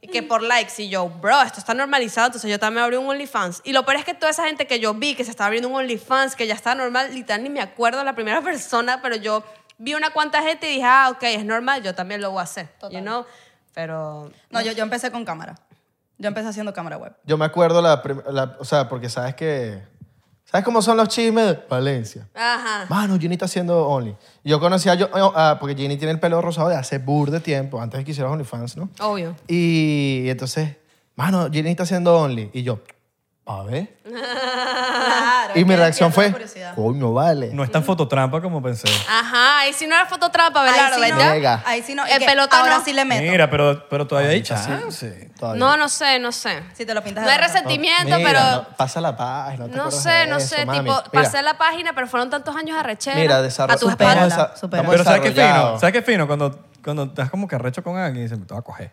y que por likes y yo, bro, esto está normalizado, entonces yo también abrí un OnlyFans. Y lo peor es que toda esa gente que yo vi que se estaba abriendo un OnlyFans, que ya está normal, literal ni me acuerdo la primera persona, pero yo vi una cuanta gente y dije, ah, ok, es normal, yo también lo voy a hacer, you know? Pero No, yo, yo empecé con cámara. Yo empecé haciendo cámara web. Yo me acuerdo la, prim- la- O sea, porque sabes que... ¿Sabes cómo son los chismes? de Valencia. ajá. Mano, Ginny está haciendo Only. Yo conocía yo, ah, porque Ginny tiene el pelo rosado de hace bur de tiempo, antes de que hiciera OnlyFans, ¿no? Obvio. Y entonces, mano, Ginny está haciendo Only. Y yo, a ver. Claro. y mi reacción fue, Curiosidad. coño, vale. No es Mm. tan fototrampa como pensé. Ajá, y si no era fototrampa, Ahí Belardo, sí, ¿verdad? Llega. no, ahí sí no. El que pelotón Ahora no. sí le meto. Mira, pero, pero todavía hay Ahorita sí. chance. Todavía. Ah, No, no sé, no sé. Si te lo pintas No de hay rosa. resentimiento, Mira, pero... no, pasa la página. te No acuerdas sé, de no eso, sé, mami. tipo, Mira, pasé la página, pero fueron tantos años arrechera. Mira, desarro- a tus estamos espaldas. espalda, desa- supérala. estamos Pero ¿sabes qué fino? desarrollados. ¿Sabes qué fino? Cuando, cuando estás como que arrecho con alguien y dices, me te voy a coger.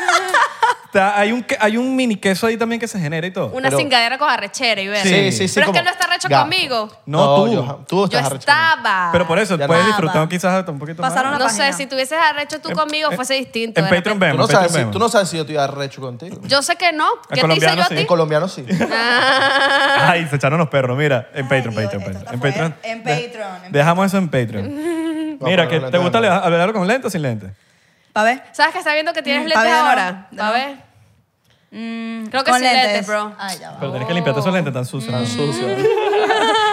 Está- hay, un, que- hay un mini queso ahí también que se genera y todo. Una Pero- cingadera con arrechera, Ibero. Sí, sí, sí. Pero es que como- él no está arrecho Gafo. conmigo. No, tú. yo- tú Yo estás arrechando. estaba. Pero por eso, Ya puedes no. disfrutar quizás un poquito Pasaron más. la No página. sé, si tuvieses arrecho tú conmigo fuese distinto. En de Patreon Tú repente. vemos, no, en Patreon sabes si, vemos. tú no sabes si yo estoy arrecho contigo. Yo sé que no. El ¿Qué te hice yo colombiano a sí. El ti? colombiano sí. Ay, se echaron los perros, mira. En Patreon, Dios, Patreon, esto Patreon. está En fuera. Patreon. En De- Patreon, en Dejamos eso en Patreon. mira, a que ponerlo ¿te en gusta Patreon. hablar con lentes o sin lentes? Pa' ver. ¿Sabes que está viendo que tienes Mm, lentes pa' ver, no, ahora? no. A ver. Mm, Creo que con sí lentes, bro. Ay, ya va. Pero tienes que limpiarte esos lentes tan sucios. Mm. Tan sucio.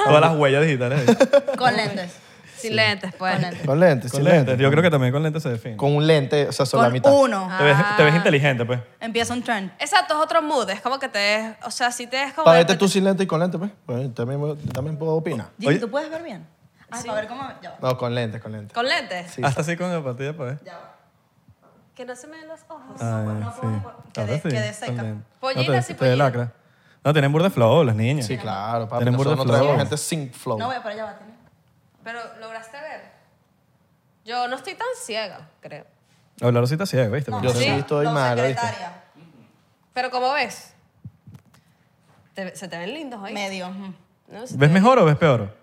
Todas las huellas digitales. ahí. Con lentes. Sin lentes, pues. Con lentes. Con lentes, Con sin lentes. Yo creo que también con lentes se define. Con un lente, o sea, solo la Con mitad. uno. Te, ves, te ves inteligente, pues. Empieza un trend. Exacto, es otro mood. Es como que te es. O sea, si te es como. Para de verte tú repente- sin lente y con lente, pues. Bueno, también, también puedo opinar. Jimmy, Oye. ¿tú puedes ver bien? Ay, para ver cómo... Ya va. No, con lentes, con lentes. Con lentes. Sí. Hasta así con pues. la pastilla para ver. Que no se me den los ojos. Ah, sí. quedé- Ahora sí, quedé seca. con lentes. Pollina, No, te- sí, te de pollina. lacra. No, tienen burda de flow las niñas. Sí, claro, papi. Tienen burda Nosotros no de flow. traemos gente sin flow. No voy para allá, va a tener. Pero lograste ver. Yo no estoy tan ciega, creo. Hablar sí está ciego, ¿viste? Yo sí Sí. estoy No, malo, ¿viste? secretaria. Pero como ves, Te- se te ven lindos hoy. Medio. ujú. ¿no? Se ¿Ves te ven- mejor o ves peor?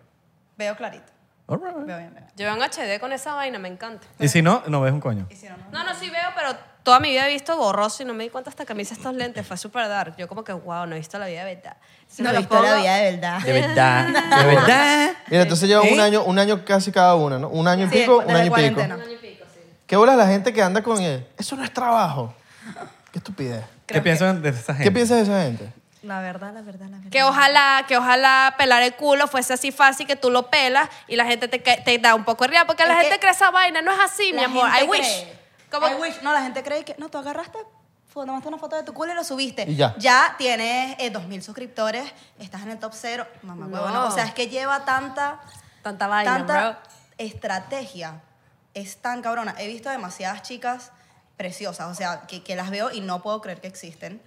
Veo clarito. All right. Veo bien, veo. bien. Yo veo en HD con esa vaina, me encanta. Y si no, no ves un coño. Y si no, no. No, no, sí veo, pero toda mi vida he visto borroso y no me di cuenta hasta que me hice estos lentes. Fue súper dark. Yo como que, wow, no he visto la vida de verdad. Entonces me No, los la historia pongo- vida de verdad. De verdad. De verdad. Mira, entonces lleva un año, un año casi cada una, ¿no? Un año y Sí, pico, desde un año y pico. cuarentena. ¿Qué bolas la gente que anda con él? Eso no es trabajo. Qué estupidez. ¿Qué piensan de esa gente? ¿Qué piensas de esa gente? La verdad, la verdad, la verdad. Que ojalá, que ojalá pelar el culo fuese así fácil que tú lo pelas y la gente te, ca- te da un poco de risa. Porque la Es gente que cree esa vaina, no es así, mi La amor. I gente wish. cree. Como- I wish. No, la gente cree que. No, tú agarraste, fo- tomaste una foto de tu culo y lo subiste. Y ya. tienes eh, 2.000 suscriptores, estás en el top cero. Mamá, No. huevo, no. O sea, es que lleva tanta. Tanta vaina, Tanta bro. estrategia. Es tan cabrona. He visto demasiadas chicas preciosas, o sea, que, que las veo y no puedo creer que existen.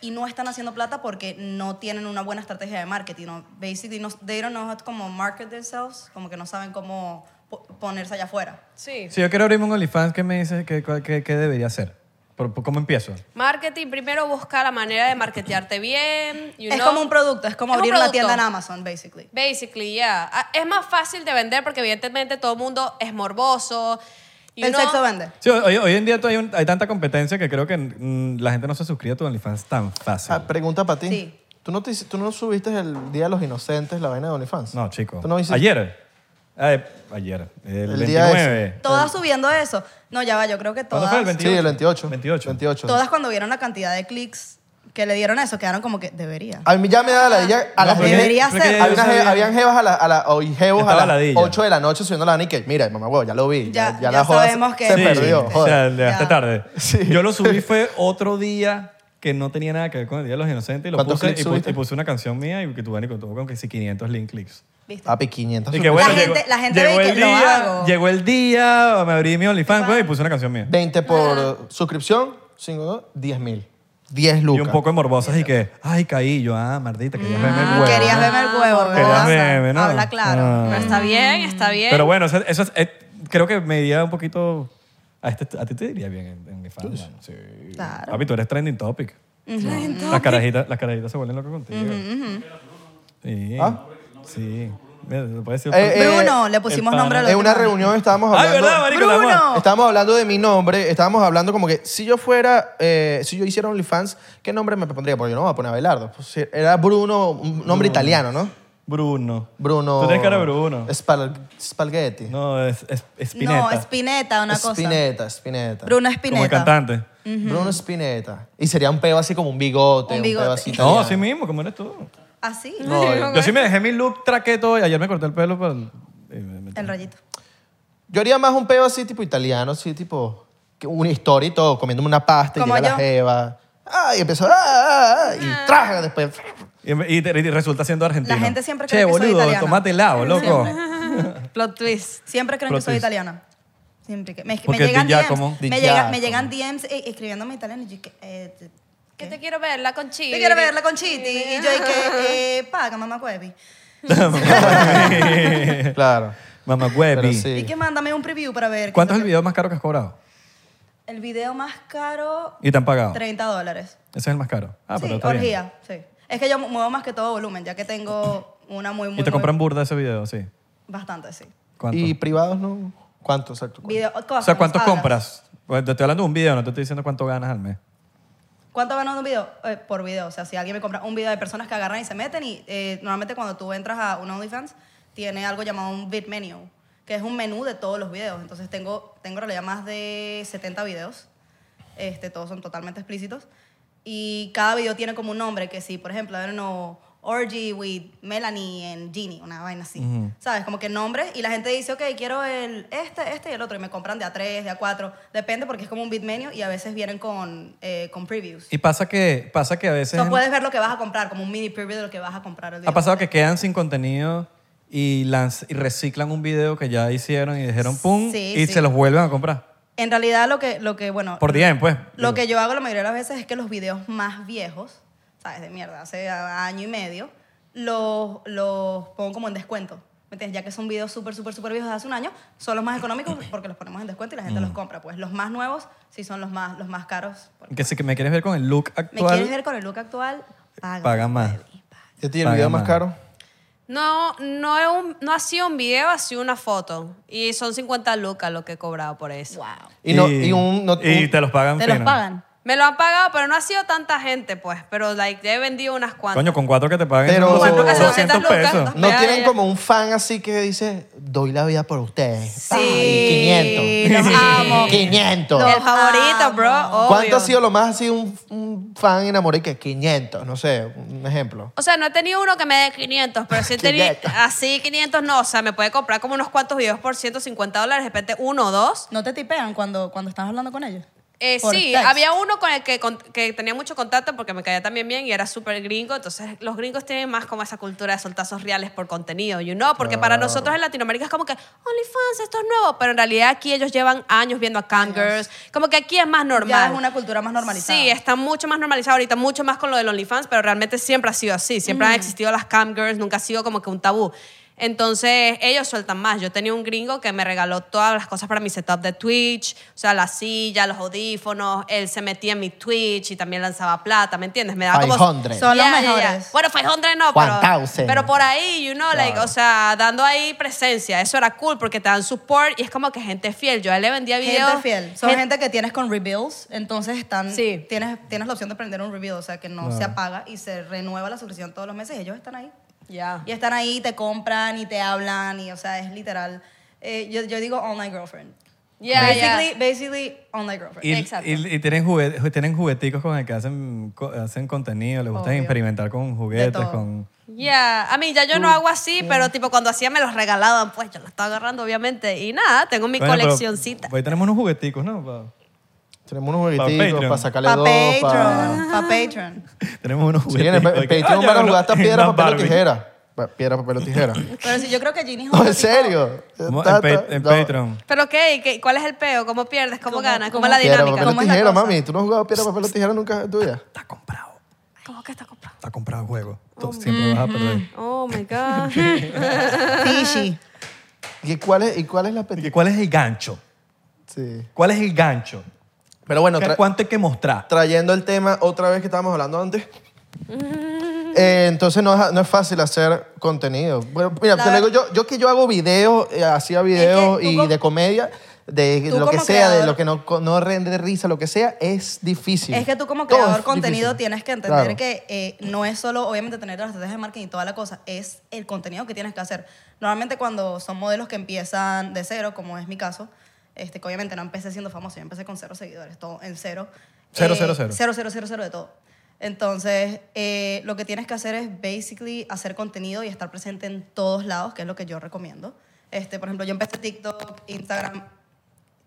Y no están haciendo plata porque no tienen una buena estrategia de marketing. No, basically, no, they don't know how to como market themselves, como que no saben cómo po- ponerse allá afuera. Sí. Si yo quiero abrirme un OnlyFans, ¿qué me dices? ¿Qué, cuál- qué, qué debería hacer? ¿Por, por- cómo empiezo? Marketing, primero busca la manera de marketearte bien. you es know. como un producto, es como Es un abrir una producto. tienda en Amazon, basically. Basically, yeah. Ah, Es más fácil de vender porque evidentemente todo el mundo es morboso. you el know. sexo vende. Sí, hoy, hoy en día hay, un- hay tanta competencia que creo que mm, la gente no se suscribe a tu OnlyFans tan fácil. Ah, pregunta para ti. Sí. ¿Tú no, te hici- ¿Tú no subiste el Día de los Inocentes, la vaina de OnlyFans? no, chico. ¿Tú no hiciste? ayer. Eh, ayer. El, El día 29. Todas subiendo eso. No, ya va, yo creo que ¿Cuándo todas. fue? El 20. Sí, el 28. 28. 28. Todas cuando vieron la cantidad de clics que le dieron eso quedaron como que debería. A mí ya me da la idea a No, las pero 10 de- debería porque ser. yo Hay unas je- sabía- habían jevas a la, a la, o jevos Estaba a las ladilla. 8 de la noche subiendo la vaina y que, mira, mamá, huevo, ya lo vi. Ya, Ya- ya ya la joda se- sabemos que- se Sí, perdió. O Joder. sea, le hasta Ya. tarde. Sí. Yo lo subí fue otro día que no tenía nada que ver con el Día de los Inocentes y lo ¿Cuántos puse y, clics pu- subiste? y puse una canción mía y que tuve con todo con que sí 500 link clips. ¿Viste? Papi, 500 Y que bueno, La llegó, gente- la gente llegó ve el que lo día, hago. llegó el día, me abrí mi OnlyFans pues, y puse una canción mía. 20 por Ah. suscripción, 5, 10 mil. 10 Y lucas. un poco de morbosas y que, ay, caí yo, ah, Martita, querías verme el Ah, huevo. Querías verme el huevo, Querías ¿verdad? verme, ¿no? Habla claro. Ah. Pero está bien, está bien. Pero bueno, eso, eso es- eh, creo que me iría un poquito... A, este- a ti te diría bien en, en mi fan, Pues, mano, sí. Claro. Papi, tú eres trending topic. Las carajitas, las carajitas se vuelven locas contigo. Sí. Ah. Sí. Mira, lo puedes decir. Eh, eh, Bruno, le pusimos el nombre a pana. los En una reunión estábamos Ay, hablando. ¿verdad, marico? Bruno. La amor. Estábamos hablando de mi nombre, estábamos hablando como que si yo fuera, eh, si yo hiciera OnlyFans, ¿qué nombre me pondría? Porque yo no me voy a poner Abelardo. Pues, si era Bruno, un nombre italiano, ¿no? Bruno. Bruno. Tú tienes cara de Bruno. Spal- Spalghetti. No, es, es, Spinetta. No, Spinetta, una cosa. Spinetta, Spinetta. Bruno Como el Spinetta. cantante. Bruno Spinetta. Y sería un peo así como un bigote, Un un, bigote. peo así. No, italiano. así mismo, como eres tú. Así. Yo sí me dejé mi look traqueto y ayer me corté el pelo para el... y me- me- El rayito. Yo haría más un peo así tipo italiano, así tipo que una historia y todo, comiéndome una pasta y Como llega la yo. jeva. Ah, y empezó, ah, ah, ah, y traje después. Y, y- y resulta siendo argentino. La gente siempre che, cree que soy boludo, italiana. tomate helado, loco. Plot twist. Siempre creen Plot que soy twist. italiana. Siempre que me, me Porque llegan Di DMs. Giacomo. Di Me, llega- me Giacomo. llegan DMs eh, escribiéndome italiano y yo que eh, te- Que te quiero ver, la conchita. yo quiero verla con Chiti y yo que eh, paga mamá cuevi. Claro. Mamá Pero Webby. sí. Y que mándame un preview para ver. qué ¿Cuánto es el tal. video más caro que has cobrado? El video más caro Y te han pagado. 30 dólares. Ese es el más caro. Ah, sí, pero está bien. orgía, sí. Es que yo mu- muevo más que todo volumen, ya que tengo una muy muy Y te muy- compran burda ese video, sí. bastante, sí. ¿Cuánto? Y privados no. ¿Cuánto? Exacto. cuánto? Video, o sea, ¿cuánto cosas, compras? Bueno, te estoy hablando de un video, no te estoy diciendo cuánto ganas al mes. ¿Cuánto gano de un video? Eh, por video. O sea, si alguien me compra un video de personas que agarran y se meten y eh, normalmente cuando tú entras a un OnlyFans tiene algo llamado un bit menu, que es un menú de todos los videos. Entonces tengo, tengo en realidad más de 70 videos. Este, todos son totalmente explícitos. Y cada video tiene como un nombre que si, por ejemplo, I don't know, Orgy with Melanie and Ginny, una vaina así. ¿Sabes? Como que nombres y la gente dice, ok, quiero el este, este y el otro. Y me compran de a tres, de a cuatro. Depende porque es como un bit menu y a veces vienen con, eh, con previews. Y pasa que, pasa que a veces... O sea, puedes ver lo que vas a comprar, como un mini preview de lo que vas a comprar el día. Ha pasado que quedan sin contenido y, lanz- y reciclan un video que ya hicieron y dijeron pum Sí, y sí. se los vuelven a comprar. En realidad lo que, lo que bueno... Por DM, pues. Lo que yo hago la mayoría de las veces es que los videos más viejos, ¿sabes? De mierda, hace a- año y medio, los, los pongo como en descuento. ¿Me entiendes? Ya que son videos súper, súper, súper viejos de hace un año, son los más económicos porque los ponemos en descuento y la gente Mm. los compra. Pues los más nuevos sí son los más, los más caros. porque- Que si que me quieres ver con el look ¿Me actual... quieres ver con el look actual? Paga, Paga más. baby, paga. ¿Y a ti el Paga video más más. caro? No, no, es un- no ha sido un video, ha sido una foto. Y son 50 lucas lo que he cobrado por eso. Wow. Y, no, y un, no- y un- te los pagan ¿Te los fino. pagan? Me lo han pagado, pero no ha sido tanta gente, pues. Pero, like, he vendido unas cuantas. Coño, con cuatro que te paguen Pero- son Cuatro que son 200 200 lucas, pesos. no Ya, tienen ya. como un fan así que dice, doy la vida por ustedes. Sí. Ay, 500. Los amo. 500. Los El favorito, amo. bro. obvio. ¿Cuánto ha sido lo más así un, un fan enamorado que 500? No sé, un ejemplo. O sea, no he tenido uno que me dé 500, pero sí he tenido 500. así 500 no, o sea, me puede comprar como unos cuantos videos por 150 dólares, de repente uno o dos. ¿No te tipean cuando, cuando estás hablando con ellos? Eh, Por sí, text. había uno con el que, con- que tenía mucho contacto porque me caía también bien y era súper gringo, entonces los gringos tienen más como esa cultura de soltazos reales por contenido, you know, porque para nosotros en Latinoamérica es como que OnlyFans, esto es nuevo, pero en realidad aquí ellos llevan años viendo a cam girls, como que aquí es más normal. Ya es una cultura más normalizada. Sí, este está mucho más normalizado ahorita, mucho más con lo del OnlyFans, pero realmente siempre ha sido así. Siempre Mm. han existido las cam girls, nunca ha sido como que un tabú. Entonces, ellos sueltan más. Yo tenía un gringo que me regaló todas las cosas para mi setup de Twitch, o sea, la silla, los audífonos, él se metía en mi Twitch y también lanzaba plata, ¿me entiendes? Me daba como 500. Son los Yeah, yeah, yeah. mejores. Bueno, 500 no, pero, 1000. pero por ahí, you know, like, o sea, dando ahí presencia. Eso era cool porque te dan support y es como que gente fiel. Yo a él le vendía videos. Gente fiel. Son gente, que tienes con reveals, entonces están, Sí. tienes, tienes la opción de prender un reveal, o sea, que no se apaga y se renueva la suscripción todos los meses. Ellos están ahí. Yeah. Y están ahí, te compran y te hablan, y, o sea, es literal. Eh, yo, yo digo online girlfriend. Yeah, yeah. basically, basically, online girlfriend. Y, Exacto. y- y tienen, juguet- tienen jugueticos con el que hacen, co- hacen contenido, les gusta Obvio. experimentar con juguetes, todo. con... Yeah, a mí ya yo no hago así, pero tipo cuando hacía me los regalaban, pues yo los estaba agarrando obviamente y nada, tengo mi Bueno, pero coleccioncita. Hoy tenemos unos jugueticos, ¿no? Pa- Tenemos unos jueguitos Patreon. para sacarle Pa' dos. Pa... Patreon. Pa' Patreon. Tenemos unos Sí, en jugueticos. el, en aquí. Patreon Ah, ya, van a no, jugar hasta es piedra, más papel o Barbie. tijera. Pa- Piedra, papel o tijera. Pero si yo creo que Ginny es No, otro en tipo- serio. ¿Cómo? En, Tata, pa- en no. Patreon. Pero ¿qué? ¿Qué? ¿Cuál es el peo? ¿Cómo pierdes? ¿Cómo, ¿Cómo- ganas? ¿Cómo cómo es la Piedra, dinámica? papel o ¿Cómo es la tijera, cosa? mami. ¿Tú no has jugado piedra, papel o tijera nunca en tu vida? Está comprado. ¿Cómo que está comprado? Está comprado el juego. Tú siempre vas a perder. Oh my God. Fishy. ¿Y cuál es, y cuál es la ¿Y petición? ¿Cuál es el gancho? Sí. ¿Cuál es el gancho? Pero bueno, ¿Qué- tra- ¿Cuánto hay que mostrar? trayendo el tema otra vez que estábamos hablando antes. Mm. Eh, entonces no es, no es fácil hacer contenido. Bueno, mira, La te lo digo, verdad- yo, yo que yo hago videos, eh, hacía videos tú y co- de comedia, de tú lo que como sea, de creador- lo que no, no rende risa, lo que sea, es difícil. Es que tú como Todo es creador contenido difícil. tienes que entender Claro. que eh, no es solo obviamente tener las estrategias de marketing y toda la cosa, es el contenido que tienes que hacer. Normalmente cuando son modelos que empiezan de cero, como es mi caso, este, que obviamente no empecé siendo famoso, yo empecé con cero seguidores, todo en cero. Eh, Cero, cero, cero. Cero, cero, cero, cero de todo. Entonces, eh, lo que tienes que hacer es basically hacer contenido y estar presente en todos lados, que es lo que yo recomiendo. Este, por ejemplo, yo empecé TikTok, Instagram,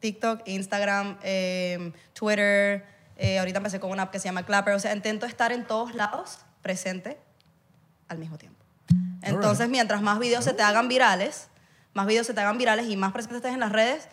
TikTok, Instagram, eh, Twitter. eh, ahorita empecé con una app que se llama Clapper. O sea, intento estar en todos lados presente al mismo tiempo. Entonces, mientras más videos se te hagan virales, más videos se te hagan virales y más presente estés en las redes,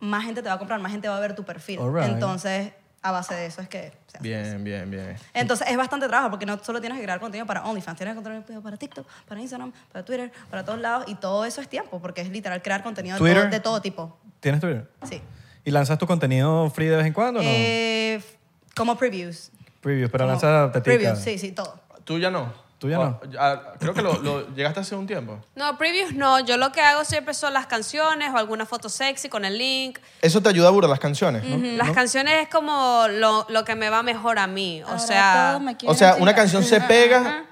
más gente te va a comprar, más gente va a ver tu perfil. Alright. Entonces, a base de eso es que... se hace eso. bien, bien. Entonces, es bastante trabajo porque no solo tienes que crear contenido para OnlyFans, tienes que crear contenido para TikTok, para Instagram, para Twitter, para todos lados y todo eso es tiempo porque es literal crear contenido de todo- Twitter. de todo tipo. ¿Tienes Twitter? Sí. ¿Y lanzas tu contenido free de vez en cuando o no? Eh, f- como previews. Previews, pero Como lanzas tetica. Previews, sí, sí, todo. ¿Tú ya no? Ah, Tú ya no. creo que lo, llegaste hace un tiempo. No, previews no. Yo lo que hago siempre son las canciones o alguna foto sexy con el link. Eso te ayuda a burlar las canciones, ¿no? Las canciones es como lo, lo que me va mejor a mí. O sea, O sea, una canción se pega,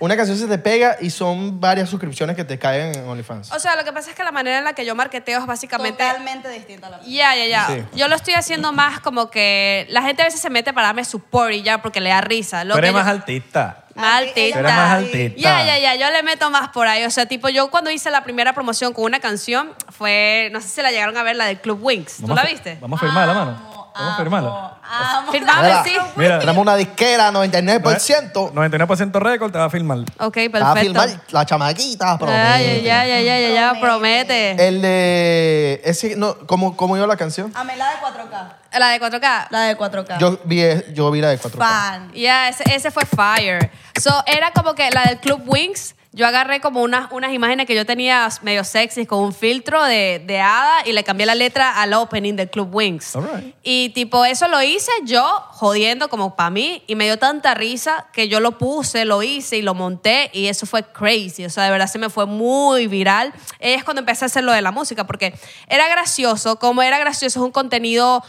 una canción se te pega y son varias suscripciones que te caen en OnlyFans. o sea, lo que pasa es que la manera en la que yo marketeo es básicamente Totalmente distinta a la mía. Ya, ya, ya. Sí. Yo lo estoy haciendo más como que la gente a veces se mete para darme support y ya porque le da risa. Lo Tú que eres yo- más altista. Más Ay, ella altita. Era más sí. altita. Ya, ya, ya. Yo le meto más por ahí. O sea, tipo, yo cuando hice la primera promoción con una canción fue, no sé si la llegaron a ver, la del Club Wings. ¿Tú Vamos la a- viste? Vamos a firmarla, mano. Vamos a firmarla. Amo. Firmame, sí. Mira, Tenemos una disquera, 99%. 99% récord te va a filmar. Ok, Te va a perfecto. filmar la chamaquita, Ya, ya, promete. ya, ya, ya, ya, ya, Promete. promete. El de... Ese, no, ¿cómo, ¿Cómo iba la canción? Amé la de 4K. La de 4K. La de 4K. Yo vi, yo vi la de 4K. Ah. Fan. Ya, ese, ese fue Fire. So, era como que la del Club Wings. Yo agarré como unas, unas imágenes que yo tenía medio sexy con un filtro de, de hada y le cambié la letra al opening del Club Wings. Alright. Y tipo, eso lo hice yo jodiendo como para mí y me dio tanta risa que yo lo puse, lo hice y lo monté y eso fue crazy. O sea, de verdad se me fue muy viral. Ahí Es cuando empecé a hacer lo de la música porque era gracioso, como era gracioso es un contenido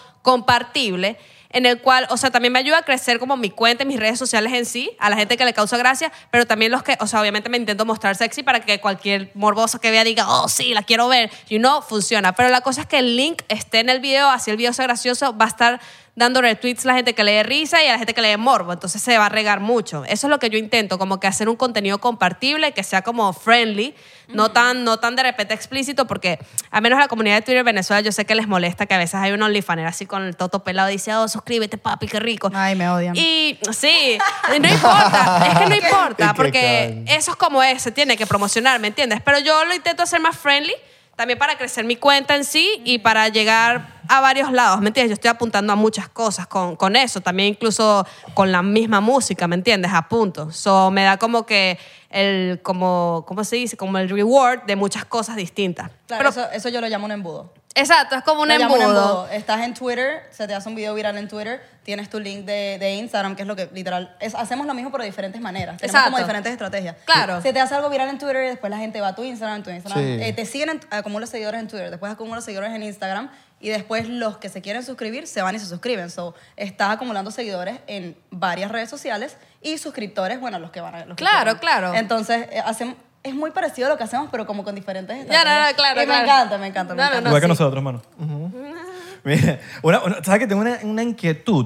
compartible en el cual, o sea, también me ayuda a crecer como mi cuenta y mis redes sociales en sí, a la gente que le causa gracia, pero también los que, o sea, obviamente me intento mostrar sexy para que cualquier morboso que vea diga, oh, sí, la quiero ver, y no funciona. Pero la cosa es que el link esté en el video, así el video sea gracioso, va a estar dando retweets a la gente que le dé risa y a la gente que le dé morbo, entonces se va a regar mucho. Eso es lo que yo intento, como que hacer un contenido compartible que sea como friendly, no, tan, no tan de repente explícito, porque a menos la comunidad de Twitter de Venezuela yo sé que les molesta que a veces hay un OnlyFaner así con el toto pelado y dice, oh, suscríbete, papi, qué rico. Ay, me odian. Y sí, no importa, es que no importa, Qué porque cabrón. eso es como es, se tiene que promocionar, ¿me entiendes? Pero yo lo intento hacer más friendly, también para crecer mi cuenta en sí y para llegar a varios lados, ¿me entiendes? Yo estoy apuntando a muchas cosas con, con eso, también incluso con la misma música, ¿me entiendes? A punto. So, me da como que el, como, ¿cómo se dice? Como el reward de muchas cosas distintas. Claro, Pero- eso, eso yo lo llamo un embudo. exacto, es como un Lo llamo embudo. Estás en Twitter, se te hace un video viral en Twitter, tienes tu link de, de Instagram, que es lo que literal. es- hacemos lo mismo pero de diferentes maneras. Tenemos Exacto. como diferentes estrategias. Claro. Se te hace algo viral en Twitter y después la gente va a tu Instagram, tu Instagram. Sí. eh, te siguen, en, acumulas seguidores en Twitter, después acumulas seguidores en Instagram y después los que se quieren suscribir se van y se suscriben. So, estás acumulando seguidores en varias redes sociales y suscriptores, bueno, los que van a. Los que Claro, quieran. claro. Entonces, eh, hacen- es muy parecido a lo que hacemos, pero como con diferentes Ya, no, no, estrategias. claro. Y claro. me encanta, me encanta, me No, no, encanta. no, Igual que sí. nosotros, hermano. Mira, una- una- ¿sabes que tengo una, una inquietud?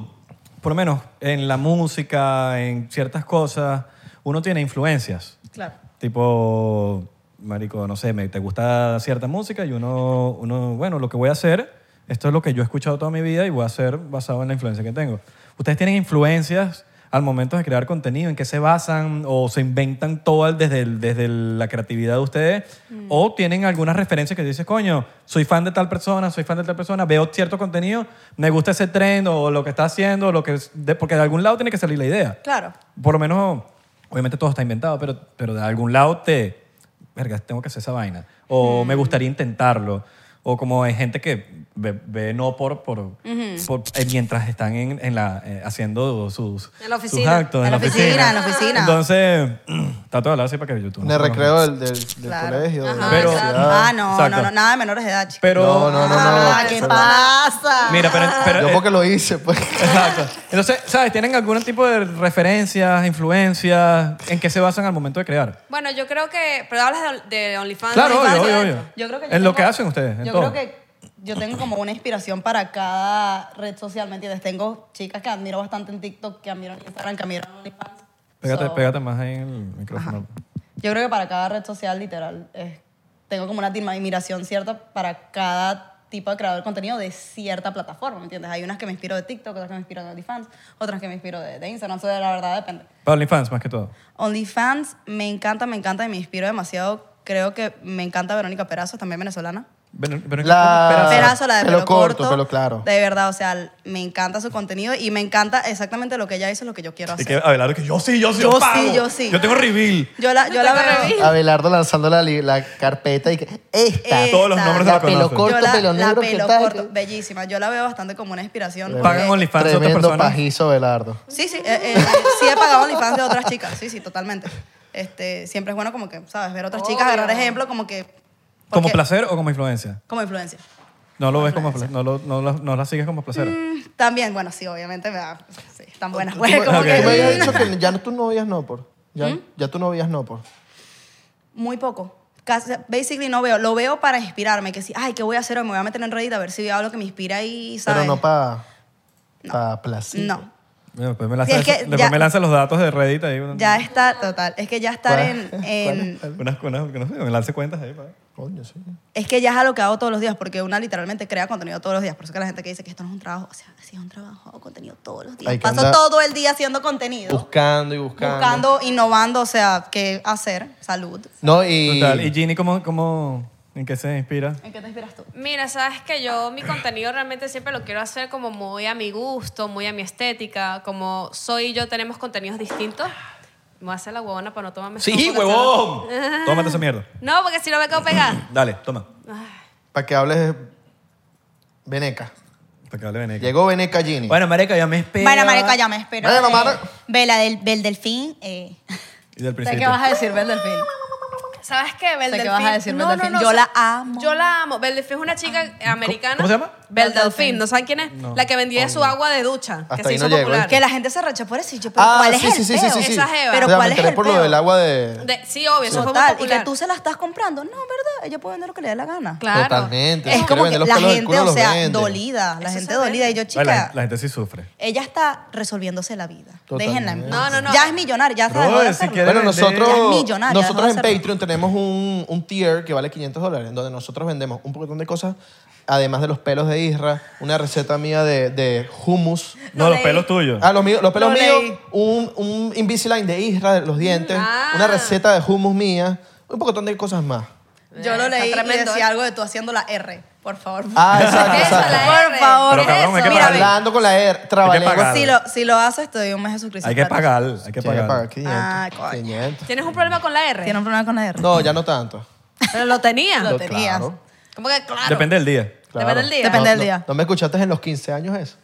Por lo menos en la música, en ciertas cosas, uno tiene influencias. Claro. Tipo, marico, no sé, me, te gusta cierta música y uno, uno, bueno, lo que voy a hacer, esto es lo que yo he escuchado toda mi vida y voy a hacer basado en la influencia que tengo. ¿Ustedes tienen influencias al momento de crear contenido? ¿En qué se basan o se inventan todo el- desde, el- desde el- la creatividad de ustedes? ¿O tienen algunas referencias que dices, coño, soy fan de tal persona, soy fan de tal persona, veo cierto contenido, me gusta ese trend o lo que está haciendo, o lo que, es- de- porque de algún lado tiene que salir la idea? Claro. por lo menos, obviamente todo está inventado, pero, pero de algún lado te, verga, tengo que hacer esa vaina. O me gustaría intentarlo. O como hay gente que ve, ve no por, por, por- eh, mientras están en, en la, eh, haciendo sus, En la sus oficina. actos. En la oficina, en la oficina. Entonces, está todo hablado así para que YouTube. En el recreo del, del, del Claro. colegio, de la Ajá, Pero- universidad. Ah, no, Exacto. no, no, nada de menores de edad, chicos. Pero, No, no, no, no. Ah, ¿qué Pero- pasa? Mira, pero, pero Yo porque lo hice, pues. Exacto. Entonces, ¿sabes? ¿Tienen algún tipo de referencias, influencias? ¿En qué se basan al momento de crear? Bueno, yo creo que. Pero hablas de, de OnlyFans. Claro, OnlyFans, obvio, obvio, ¿eh? obvio. Yo creo que yo en lo tengo- que hacen ustedes. en Yo todo. creo que yo tengo como una inspiración para cada red social, ¿me entiendes? Tengo chicas que admiro bastante en TikTok, que admiro en Instagram, que admiro en OnlyFans. Pégate, So, pégate más ahí en el micrófono. Yo creo que para cada red social, literal, es- tengo como una admi- admiración cierta para cada tipo de creador de contenido de cierta plataforma, ¿me entiendes? Hay unas que me inspiro de TikTok, otras que me inspiro de OnlyFans, otras que me inspiro de, de Instagram, eso de la verdad depende. Para OnlyFans, más que todo. OnlyFans me encanta, me encanta y me inspiro demasiado. Creo que me encanta Verónica Perazos, también venezolana. Ven- ven- La- espera, Ah, Perazo, la de pelo pelo, corto, pelo claro. De verdad, o sea, me encanta su contenido y me encanta exactamente lo que ella hizo, lo que yo Y quiero hacer. que Abelardo que yo sí, yo sí, Yo pago. sí, yo sí. Yo tengo reveal. Yo la, yo la Tengo veo. revista. Abelardo lanzando la, li- la carpeta y que esta. Esta. Todos los nombres se la la pelo conocen. corto, yo la, pelo la negro, pelo que tal, corto, que- bellísima. Yo la veo bastante como una inspiración. Tremendo. Pagan porque- OnlyFans a otras Tremendo personas. pajizo Abelardo. Sí, sí, eh, eh, eh, sí he pagado OnlyFans de otras chicas, sí, sí, totalmente. Este, siempre es bueno como que, ¿sabes? Ver otras chicas, agarrar ejemplo, como que... ¿Como porque- placer o como influencia? Como influencia. No lo ves como placer. No, lo- no, la- no la sigues como placer. Mm, También, bueno, sí, obviamente me da... Sí, están buenas. Tú, pues, me- como ok. que- ¿Mm? tú me habías dicho que ya no- tú no veías no por. Ya, ya tú no veías no por. Muy poco. Casi, basically no veo. Lo veo para inspirarme. Que si, ay, ¿qué voy a hacer hoy? Me voy a meter en Reddit a ver si veo algo que me inspira y, ¿sabes? Pero no para pa placer. No. Mira, Después, me lanzas, es que después ya- me lanzas los datos de Reddit ahí. una- Ya está, total. Es que ya estar en... ¿Cuál? en- Unas, unas, que no sé, me lance cuentas ahí. pa. Coño, sí. es que ya es algo que hago todos los días porque una literalmente crea contenido todos los días. Por eso que la gente que dice que esto no es un trabajo, o sea, sí es un trabajo, hago contenido todos los días. Hay que Paso andar- todo el día haciendo contenido, Buscando y buscando. buscando, innovando, o sea, qué hacer, salud. No, y. Total. ¿Y Ginny cómo, cómo, en qué se inspira? ¿En qué te inspiras tú? Mira, sabes que yo mi contenido realmente siempre lo quiero hacer como muy a mi gusto, muy a mi estética, como soy y yo tenemos contenidos distintos. Me voy a hacer la huevona para no tomarme ¡Sí, esto, porque huevón! Tómate esa mierda. se lo- No, porque si no me quedo pegada. Dale, toma. Para que hables. Veneca. Para que hable Veneca. Llegó Veneca Gini. Bueno, marica, ya me espero. Bueno, marica, ya me espero. Bueno, Eh, mara- Vela del, del delfín. Eh. Y del Sé principio. que vas a decir Bel Delfín. ¿Sabes qué? Bel Sé que Delfín- vas a decir Bel No, no, Delfín. no, Yo sa- la amo. Yo la amo. Bel Delfín es una chica americana. ¿Cómo se llama? Bel Bel Delfín. Delfín. ¿No saben quién es? La que vendía su agua de ducha, que Hasta se ahí no hizo llego, popular. ¿eh? Que la gente se arrecha por eso. Y yo, pero Ah, ¿cuál es el peo? Esa jeva. Pero O sea, ¿cuál me es enteré el por peo? lo del agua de. De- sí, obvio, eso fue muy Total, y que popular. tú se la estás comprando. No, ¿verdad? Ella puede vender lo que le dé la gana. Claro. Totalmente. Es Si como quiere que vender los la pelos del gente, culo, o los sea, vende. dolida. La Eso gente se vende. dolida. Y yo, Ay, la, chica, la gente sí sufre. ella está resolviéndose la vida. Totalmente. Déjenla en paz. No, no, no. Ya es millonaria, ya está Brother, dejó de si hacerlo. quieres- Bueno, vender. nosotros, Ya es millonaria, nosotros no en hacerlo. Patreon tenemos un, un tier que vale 500 dólares, en donde nosotros vendemos un poquitón de cosas, además de los pelos de Isra, una receta mía de, de hummus. No, Lo los leí. pelos tuyos. Ah, los, míos- los pelos Lo míos, leí. un, un Invisalign de Isra, de los dientes, ah. una receta de hummus mía, un poquitón de cosas más. Yo lo Está leí y tremendo, ¿eh? decía algo de tú haciendo la R. Por favor. Ah, exacto, Eso, exacto. la Por R. favor, Pero, cabrón, hay que Mira, pagarle. Hablando con la R, trabalenguas. pagar. Si lo, si lo haces, te doy un mes de suscripción. Hay que gratis. pagar, hay que Sí, hay que pagar pagar. 500. Ah, coño. 500. ¿Tienes un problema con la R? Tiene un problema con la R. No, ya no tanto. Pero lo tenía. Lo No, tenías. claro, ¿Cómo que claro? Depende del día. claro. Depende del día. Depende No, del no, día. ¿No me escuchaste en los 15 años eso?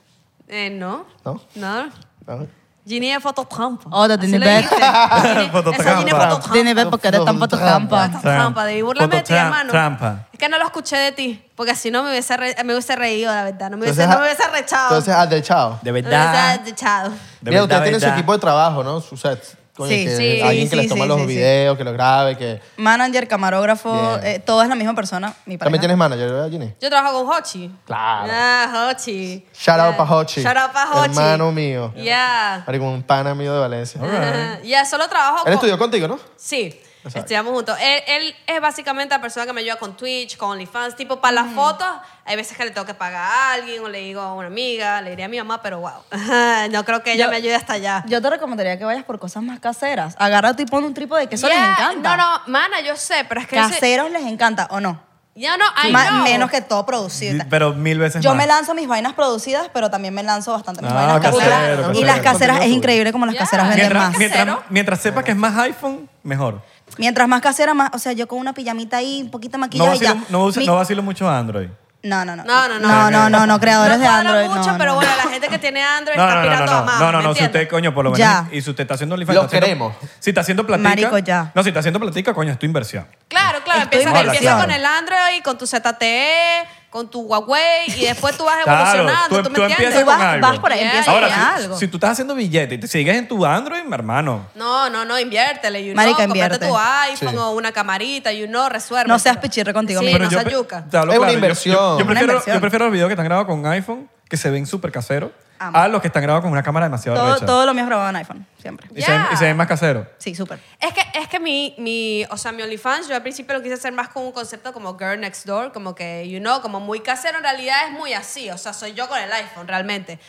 Eh, no. ¿No? No. No. Ginny es fotocampa. Oh, te tiene ver. Esa Ginny es Fotocampa. fotocampa. Tiene ver porque eres tan fotocampa. Trampa, trampa, de burlarme de ti, Fototram- hermano. trampa. Es que no lo escuché de ti, porque si no me hubiese, re- me hubiese reído, la verdad. No me hubiese, Entonces, ah, no me hubiese rechado. Entonces, al de chao. De me hubiese verdad. rechado. De Mira, verdad, ustedes tienen su verdad. equipo de trabajo, ¿no? Su set. coño, Sí, que sí, alguien que sí, les toma sí, los sí, sí. videos, que los grabe, que... Manager, camarógrafo, Bien. eh, todo es la misma persona, mi pareja. También tienes manager, ¿verdad, Ginny? Yo trabajo con Hochi. Claro. Ah, Hochi. Shout out Yeah. pa' Hochi. Shout out pa' Hochi. Hermano mío. Yeah. Marico, un pana mío de Valencia. Ya, solo trabajo Él con... estudió contigo, ¿no? Sí, estudiamos juntos. Él, él es básicamente la persona que me ayuda con Twitch, con OnlyFans, tipo para las fotos. Hay veces que le tengo que pagar a alguien o le digo a una amiga, le diré a mi mamá, pero wow. no creo que ella Yo- me ayude hasta allá. Yo te recomendaría que vayas por cosas más caseras. Agárrate y pon un trípode que eso les Yeah, encanta. No, no, mana, yo sé, pero es que... ese- Caseros les encanta, ¿o no? ya no, I Ma- know. Menos que todo producido. Pero mil veces Yo más. me lanzo mis vainas producidas, pero también me lanzo bastante mis Ah, vainas casero, caseras. casero. y las caseras es Contenido increíble como las Ya. caseras venden mientras, más. mientras, Casero. mientras sepas que es más iPhone, mejor. Mientras más casera, más. O sea, yo con una pijamita ahí, un poquito de No maquillaje y vacilo, ya. no, usa- Mi- no vacilo mucho Android. no, no, no. No, no, no. No, no, no, no, creadores No de cuadra Android. mucho, no, pero no. bueno, la gente que tiene Android No, no, está no, no, pirando a no, más. no, no, ¿me no, si usted, entiendes? coño, por lo menos, Ya. y si usted está haciendo OnlyFans, Lo está haciendo- queremos. si está haciendo platica, Marico, ya. no, si está haciendo platica, coño, es tu inversión. Claro, claro, Estoy empieza, involucrado. empieza con el Android, con tu ZTE, con tu Huawei y después tú vas Claro, evolucionando, tú- em- ¿tú, tú me entiendes? empiezas Tú vas, con algo. vas por ahí, Yeah, empiezas Ahora, sí, si, con algo. si tú estás haciendo billete y te sigues en tu Android, mi hermano, No, no, no, inviértele, you Marica, know, cómprate invierte. tu iPhone Sí. o una camarita, you know, resuelve. No seas pichirre contigo sí, mismo. no yo seas pre- yuca. te hablo Es una yo- yo- inversión. Yo, Una prefiero, inversión. yo prefiero los videos que están grabados con iPhone, que se ven súper caseros, Amo. a los que están grabados con una cámara demasiado Todo, recha. todo lo mío es grabado en iPhone, siempre. Y, se ven, y se ven más caseros. Sí, súper. Es que, es que mi, mi, o sea, mi OnlyFans, yo al principio lo quise hacer más con un concepto como Girl Next Door, como que, you know, como muy casero, en realidad es muy así, o sea, soy yo con el iPhone, realmente.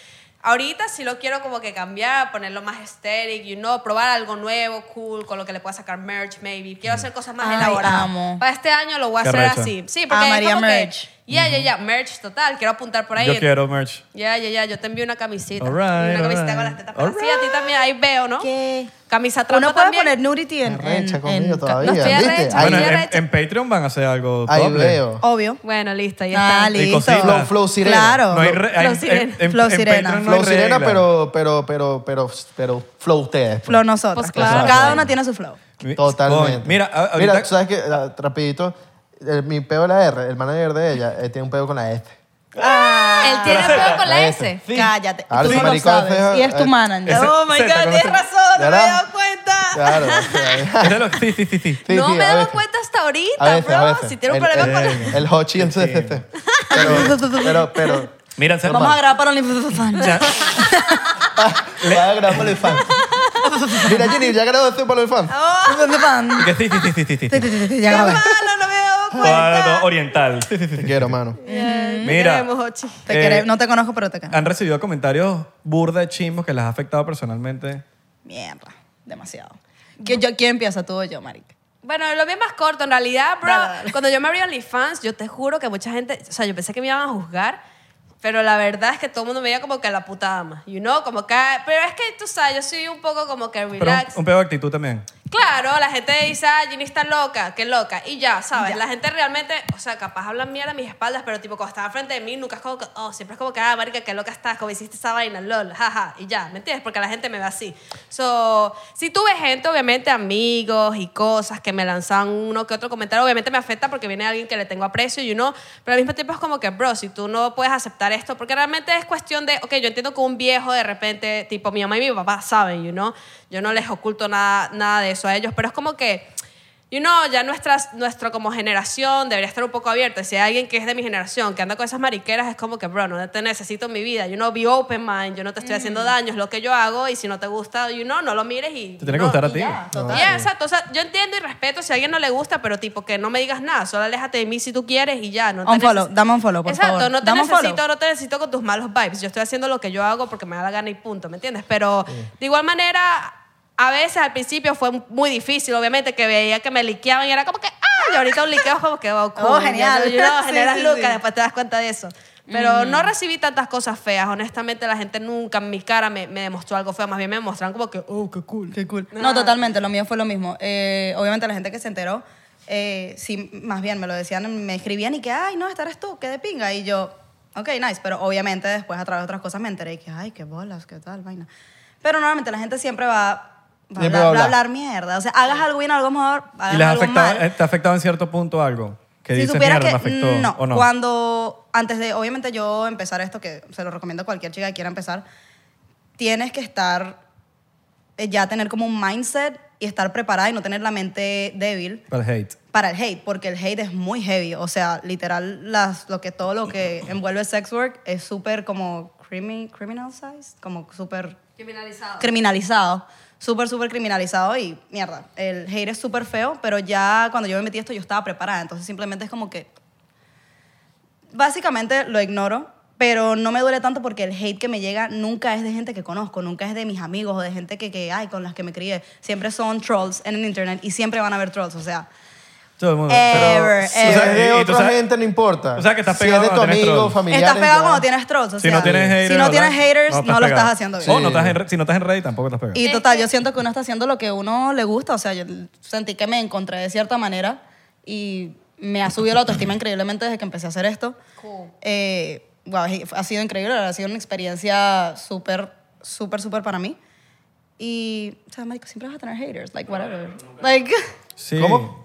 Ahorita sí lo quiero como que cambiar, ponerlo más aesthetic, you know, probar algo nuevo, cool, con lo que le pueda sacar merch, maybe. Quiero hacer cosas más Ay, elaboradas. amo. Para este año lo voy a Qué hacer arrecho. así. Sí, porque Amaría es como merch. que... Ya, ya, ya, merch total, quiero apuntar por ahí. Yo quiero merch. Ya, ya, ya, yo te envío una camisita. All right, una camisita all con las right. tetas. All Sí, a ti también, ahí veo, ¿no? ¿Qué? Camisa trampa Uno puede también. poner nudity en. Recha en- conmigo en- todavía, no estoy ¿viste? arrecha, Ahí, Bueno, ya en, recha. en Patreon van a hacer algo ahí doble. veo. Obvio. Bueno, listo, ya Ah, está. li- listo. cosita. Flow, flow sirena. Claro. No hay re- hay- Flow Sirena. en- en- Flow en Sirena. Patreon no hay flow sirena, regla. pero, pero, pero, pero, pero flow ustedes. pues. Flow nosotros. Pues claro. Cada una tiene su flow. Mi- Totalmente. Coño, Mira, a- Mira, ahorita- tú sabes que, ah, rapidito, eh, mi peo de la R, el manager de ella, eh, tiene un peo con la F. Él tiene peo con la S. Cállate. Ah, tú sí, no lo marico, sabes. ese- Y es tu eh, manager. ese- Oh my Z, God, con tienes ese- razón, no me he ¿Verdad? dado cuenta. Claro. o sea, Ese lo- Sí, sí, sí, sí. sí, no sí, me he a dado veces. cuenta hasta ahorita, A veces, bro. a veces. Si tiene un El- problema con la. el, el Hochi, entonces, este, este. Pero, pero, pero. Mira, se- Vamos a grabar para OnlyFans. Ya. Le va a grabar para el fan. Mira, Jenny, ya grabaste para el fan. OnlyFans. Que sí, sí, sí, sí, sí, sí. Ya Qué grabé. malo, no me he Todo- dado todo cuenta. oriental. Sí, sí, sí, sí. Te quiero, mano. Eh, Mira. Queremos, Hochi. Ah, Te Eh, queremos. No te conozco, pero te queremos. ¿Han recibido comentarios burda de chismos que les ha afectado personalmente? Mierda. Demasiado. ¿Qui- yo- ¿Quién empieza? ¿Tú o yo, marica? Bueno, lo mío es más corto. En realidad, bro, Dale, dale. cuando yo me abrí OnlyFans, yo te juro que mucha gente, o sea, yo pensé que me iban a juzgar, pero la verdad es que todo el mundo me veía como que la puta ama, you know, como que, pero es que tú sabes, yo soy un poco como que Pero un, relax. un pedo de actitud también. Claro, la gente dice, ah, Ginny está loca, qué loca. Y ya, ¿sabes? La gente realmente, o sea, capaz hablan mierda a mis espaldas, pero tipo, cuando estaba frente de mí, nunca es como que, oh, siempre es como que, ah, marica, qué loca estás, como hiciste esa vaina, lol, jaja. Y ya, ¿me entiendes? Porque la gente me ve así. So, si tuve gente, obviamente, amigos y cosas que me lanzan uno que otro comentario, obviamente me afecta porque viene alguien que le tengo aprecio y uno, pero al mismo tiempo es como que, bro, si tú no puedes aceptar esto, porque realmente es cuestión de, ok, yo entiendo que un viejo de repente, tipo, mi mamá y mi papá saben, you know, yo no les oculto nada, nada de eso a ellos, pero es como que, you know, ya nuestras, nuestra como generación debería estar un poco abierta. Si hay alguien que es de mi generación, que anda con esas mariqueras, es como que, bro, no te necesito en mi vida, you know, be open mind, yo no te Mm. estoy haciendo daño, es lo que yo hago, y si no te gusta, you know, no lo mires y... Te tiene que no, gustar a y ti. ya. Total. Yeah, exacto. O sea, yo entiendo y respeto si a alguien no le gusta, pero tipo que no me digas nada, solo aléjate de mí si tú quieres y ya. No te Unfollow, neces- dame unfollow, por exacto, favor. no te Dame unfollow. necesito, no te necesito con tus malos vibes. Yo estoy haciendo lo que yo hago porque me da la gana y punto, ¿me entiendes? Pero de igual manera, a veces al principio fue muy difícil, obviamente, que veía que me liqueaban y era como que, ah, y ahorita un liqueo es como que, oh, cool, Oh, genial. yo no- yo no Sí, generas sí, lucas, sí. después te das cuenta de eso. Pero no recibí tantas cosas feas, honestamente la gente nunca en mi cara me, me demostró algo feo, más bien me mostraron como que, oh, qué cool. Qué cool. No, totalmente, lo mío fue lo mismo. Eh, obviamente la gente que se enteró, eh, sí, más bien me lo decían, me escribían y que, ay, no, esta eres tú, qué de pinga. Y yo, ok, nice, pero obviamente después a través de otras cosas me enteré y que, ay, qué bolas, qué tal, vaina. Pero normalmente la gente siempre va, va, a, Siempre va hablar, a va a hablar. hablar mierda. O sea, hagas algo bien, algo mejor, hagas ¿Y les ha algo afectado, mal. eh, te ha afectado en cierto punto algo? Que si dices, supieras mierda, me que afectó. no, ¿O no? cuando antes de obviamente yo empezar esto que se lo recomiendo a cualquier chica que quiera empezar, tienes que estar eh, ya tener como un mindset y estar preparada y no tener la mente débil Para el hate. para el hate, porque el hate es muy heavy. O sea, literal, las, lo que, todo lo que envuelve sex work es súper como crimi- criminal size, como súper Criminalizado. criminalizado. Súper, súper criminalizado y mierda. El hate es súper feo, pero ya cuando yo me metí a esto yo estaba preparada. Entonces simplemente es como que. Básicamente lo ignoro, pero no me duele tanto porque el hate que me llega nunca es de gente que conozco, nunca es de mis amigos o de gente que, que ay, con las que me crié. Siempre son trolls en el internet y siempre van a haber trolls. O sea, Todo el mundo. Ever, Si ever. sabes- es de y tú otra sabes- gente, no importa. tú sabes que estás si pegado es de tu cuando tenés amigo, trolls. familiar. Estás pegado cuando tienes trolls. O si sea, no tienes haters, si no tienes ¿verdad? haters, no, estás lo pegado. estás haciendo bien. O Oh, no estás en, re- si no estás en Reddit, tampoco estás pegado. Y total, yo siento que uno está haciendo lo que uno le gusta. O sea, yo sentí que me encontré de cierta manera y me ha subido la autoestima increíblemente desde que empecé a hacer esto. Cool. Eh, guau, ha sido increíble, ha sido una experiencia súper, súper, súper para mí. Y, o sea, marico, siempre vas a tener haters, like, whatever. Like, Sí. ¿Cómo?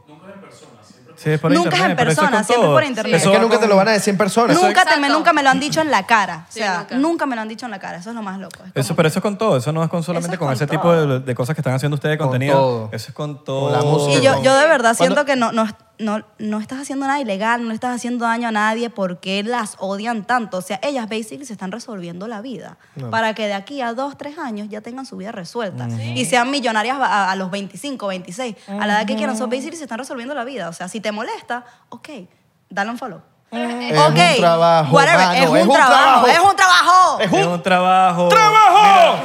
Sí, es por Nunca es internet, en pero eso persona, con siempre todo. por internet. Es Eso que va nunca te con- lo van a decir en persona. nunca, te- Exacto. nunca me lo han dicho en la cara. O Sí, sea, nunca. nunca. me lo han dicho en la cara. Eso es lo más loco. Es Eso, como- pero eso es con todo, eso no es con solamente Eso es con, con ese todo. tipo de, de cosas que están haciendo ustedes de Con contenido. todo. Eso es con todo. Con la música, Y yo, con- yo de verdad siento Cuando- que no, no, no, no estás haciendo nada ilegal, no estás haciendo daño a nadie porque las odian tanto. O sea, ellas basically se están resolviendo la vida para que de aquí a dos, tres años ya tengan su vida resuelta y sean millonarias a, a los 25, 26, a la edad que quieran. son basically se están resolviendo la vida. O sea, si te molesta, ok, dale un follow. Eh, Es un trabajo, mano, es, un es un trabajo, trabajo. es un trabajo. Es un trabajo. ¡Trabajo!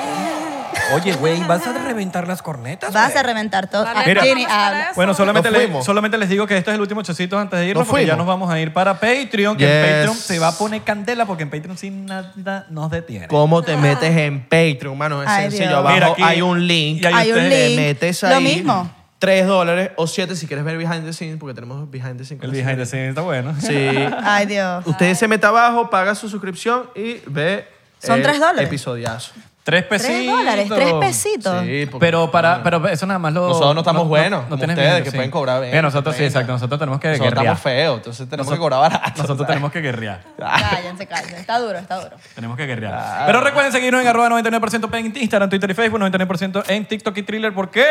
Oye, güey, ¿vas a reventar las cornetas? Vas güey? a reventar todo. Vale, Mira. Jenny, vamos a habla. hacer Bueno, solamente, Nos le- fuimos. solamente les digo que este es el último chocito antes de irnos Nos porque ya fuimos. nos vamos a ir para Patreon, que en Yes. Patreon se va a poner candela porque en Patreon sin nada nos detiene. ¿Cómo te metes en Patreon, mano? Es Ay, sencillo. Dios. Abajo Mira aquí. hay un link. Y ahí Hay un ustedes- Te link. metes ahí. Lo mismo. 3 dólares o 7 si quieres ver behind the scenes, porque tenemos behind the scenes. con El la behind the scenes está bueno. señora. Sí. Ay, Dios. Usted se mete abajo, paga su suscripción y ve. Son el tres dólares. Episodiazo. Tres pesitos. Tres dólares, tres pesitos. Sí, porque- Pero para, pero eso nada más lo. Nosotros no estamos buenos como tienes ustedes, miedo, que pueden cobrar bien, Mira, nosotros sí, treinta. exacto. Nosotros tenemos que Nosotros guerrear. estamos feos, entonces tenemos Nosotros- que cobrar barato. Nosotros tenemos que guerrear. Cállense, cállense. Está duro, está duro. Tenemos que guerrear. Pero recuerden seguirnos en arroba 99% en Instagram, Twitter y Facebook, 99% en TikTok y Thriller, porque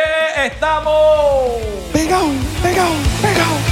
estamos. Pegão, pegão, pegão.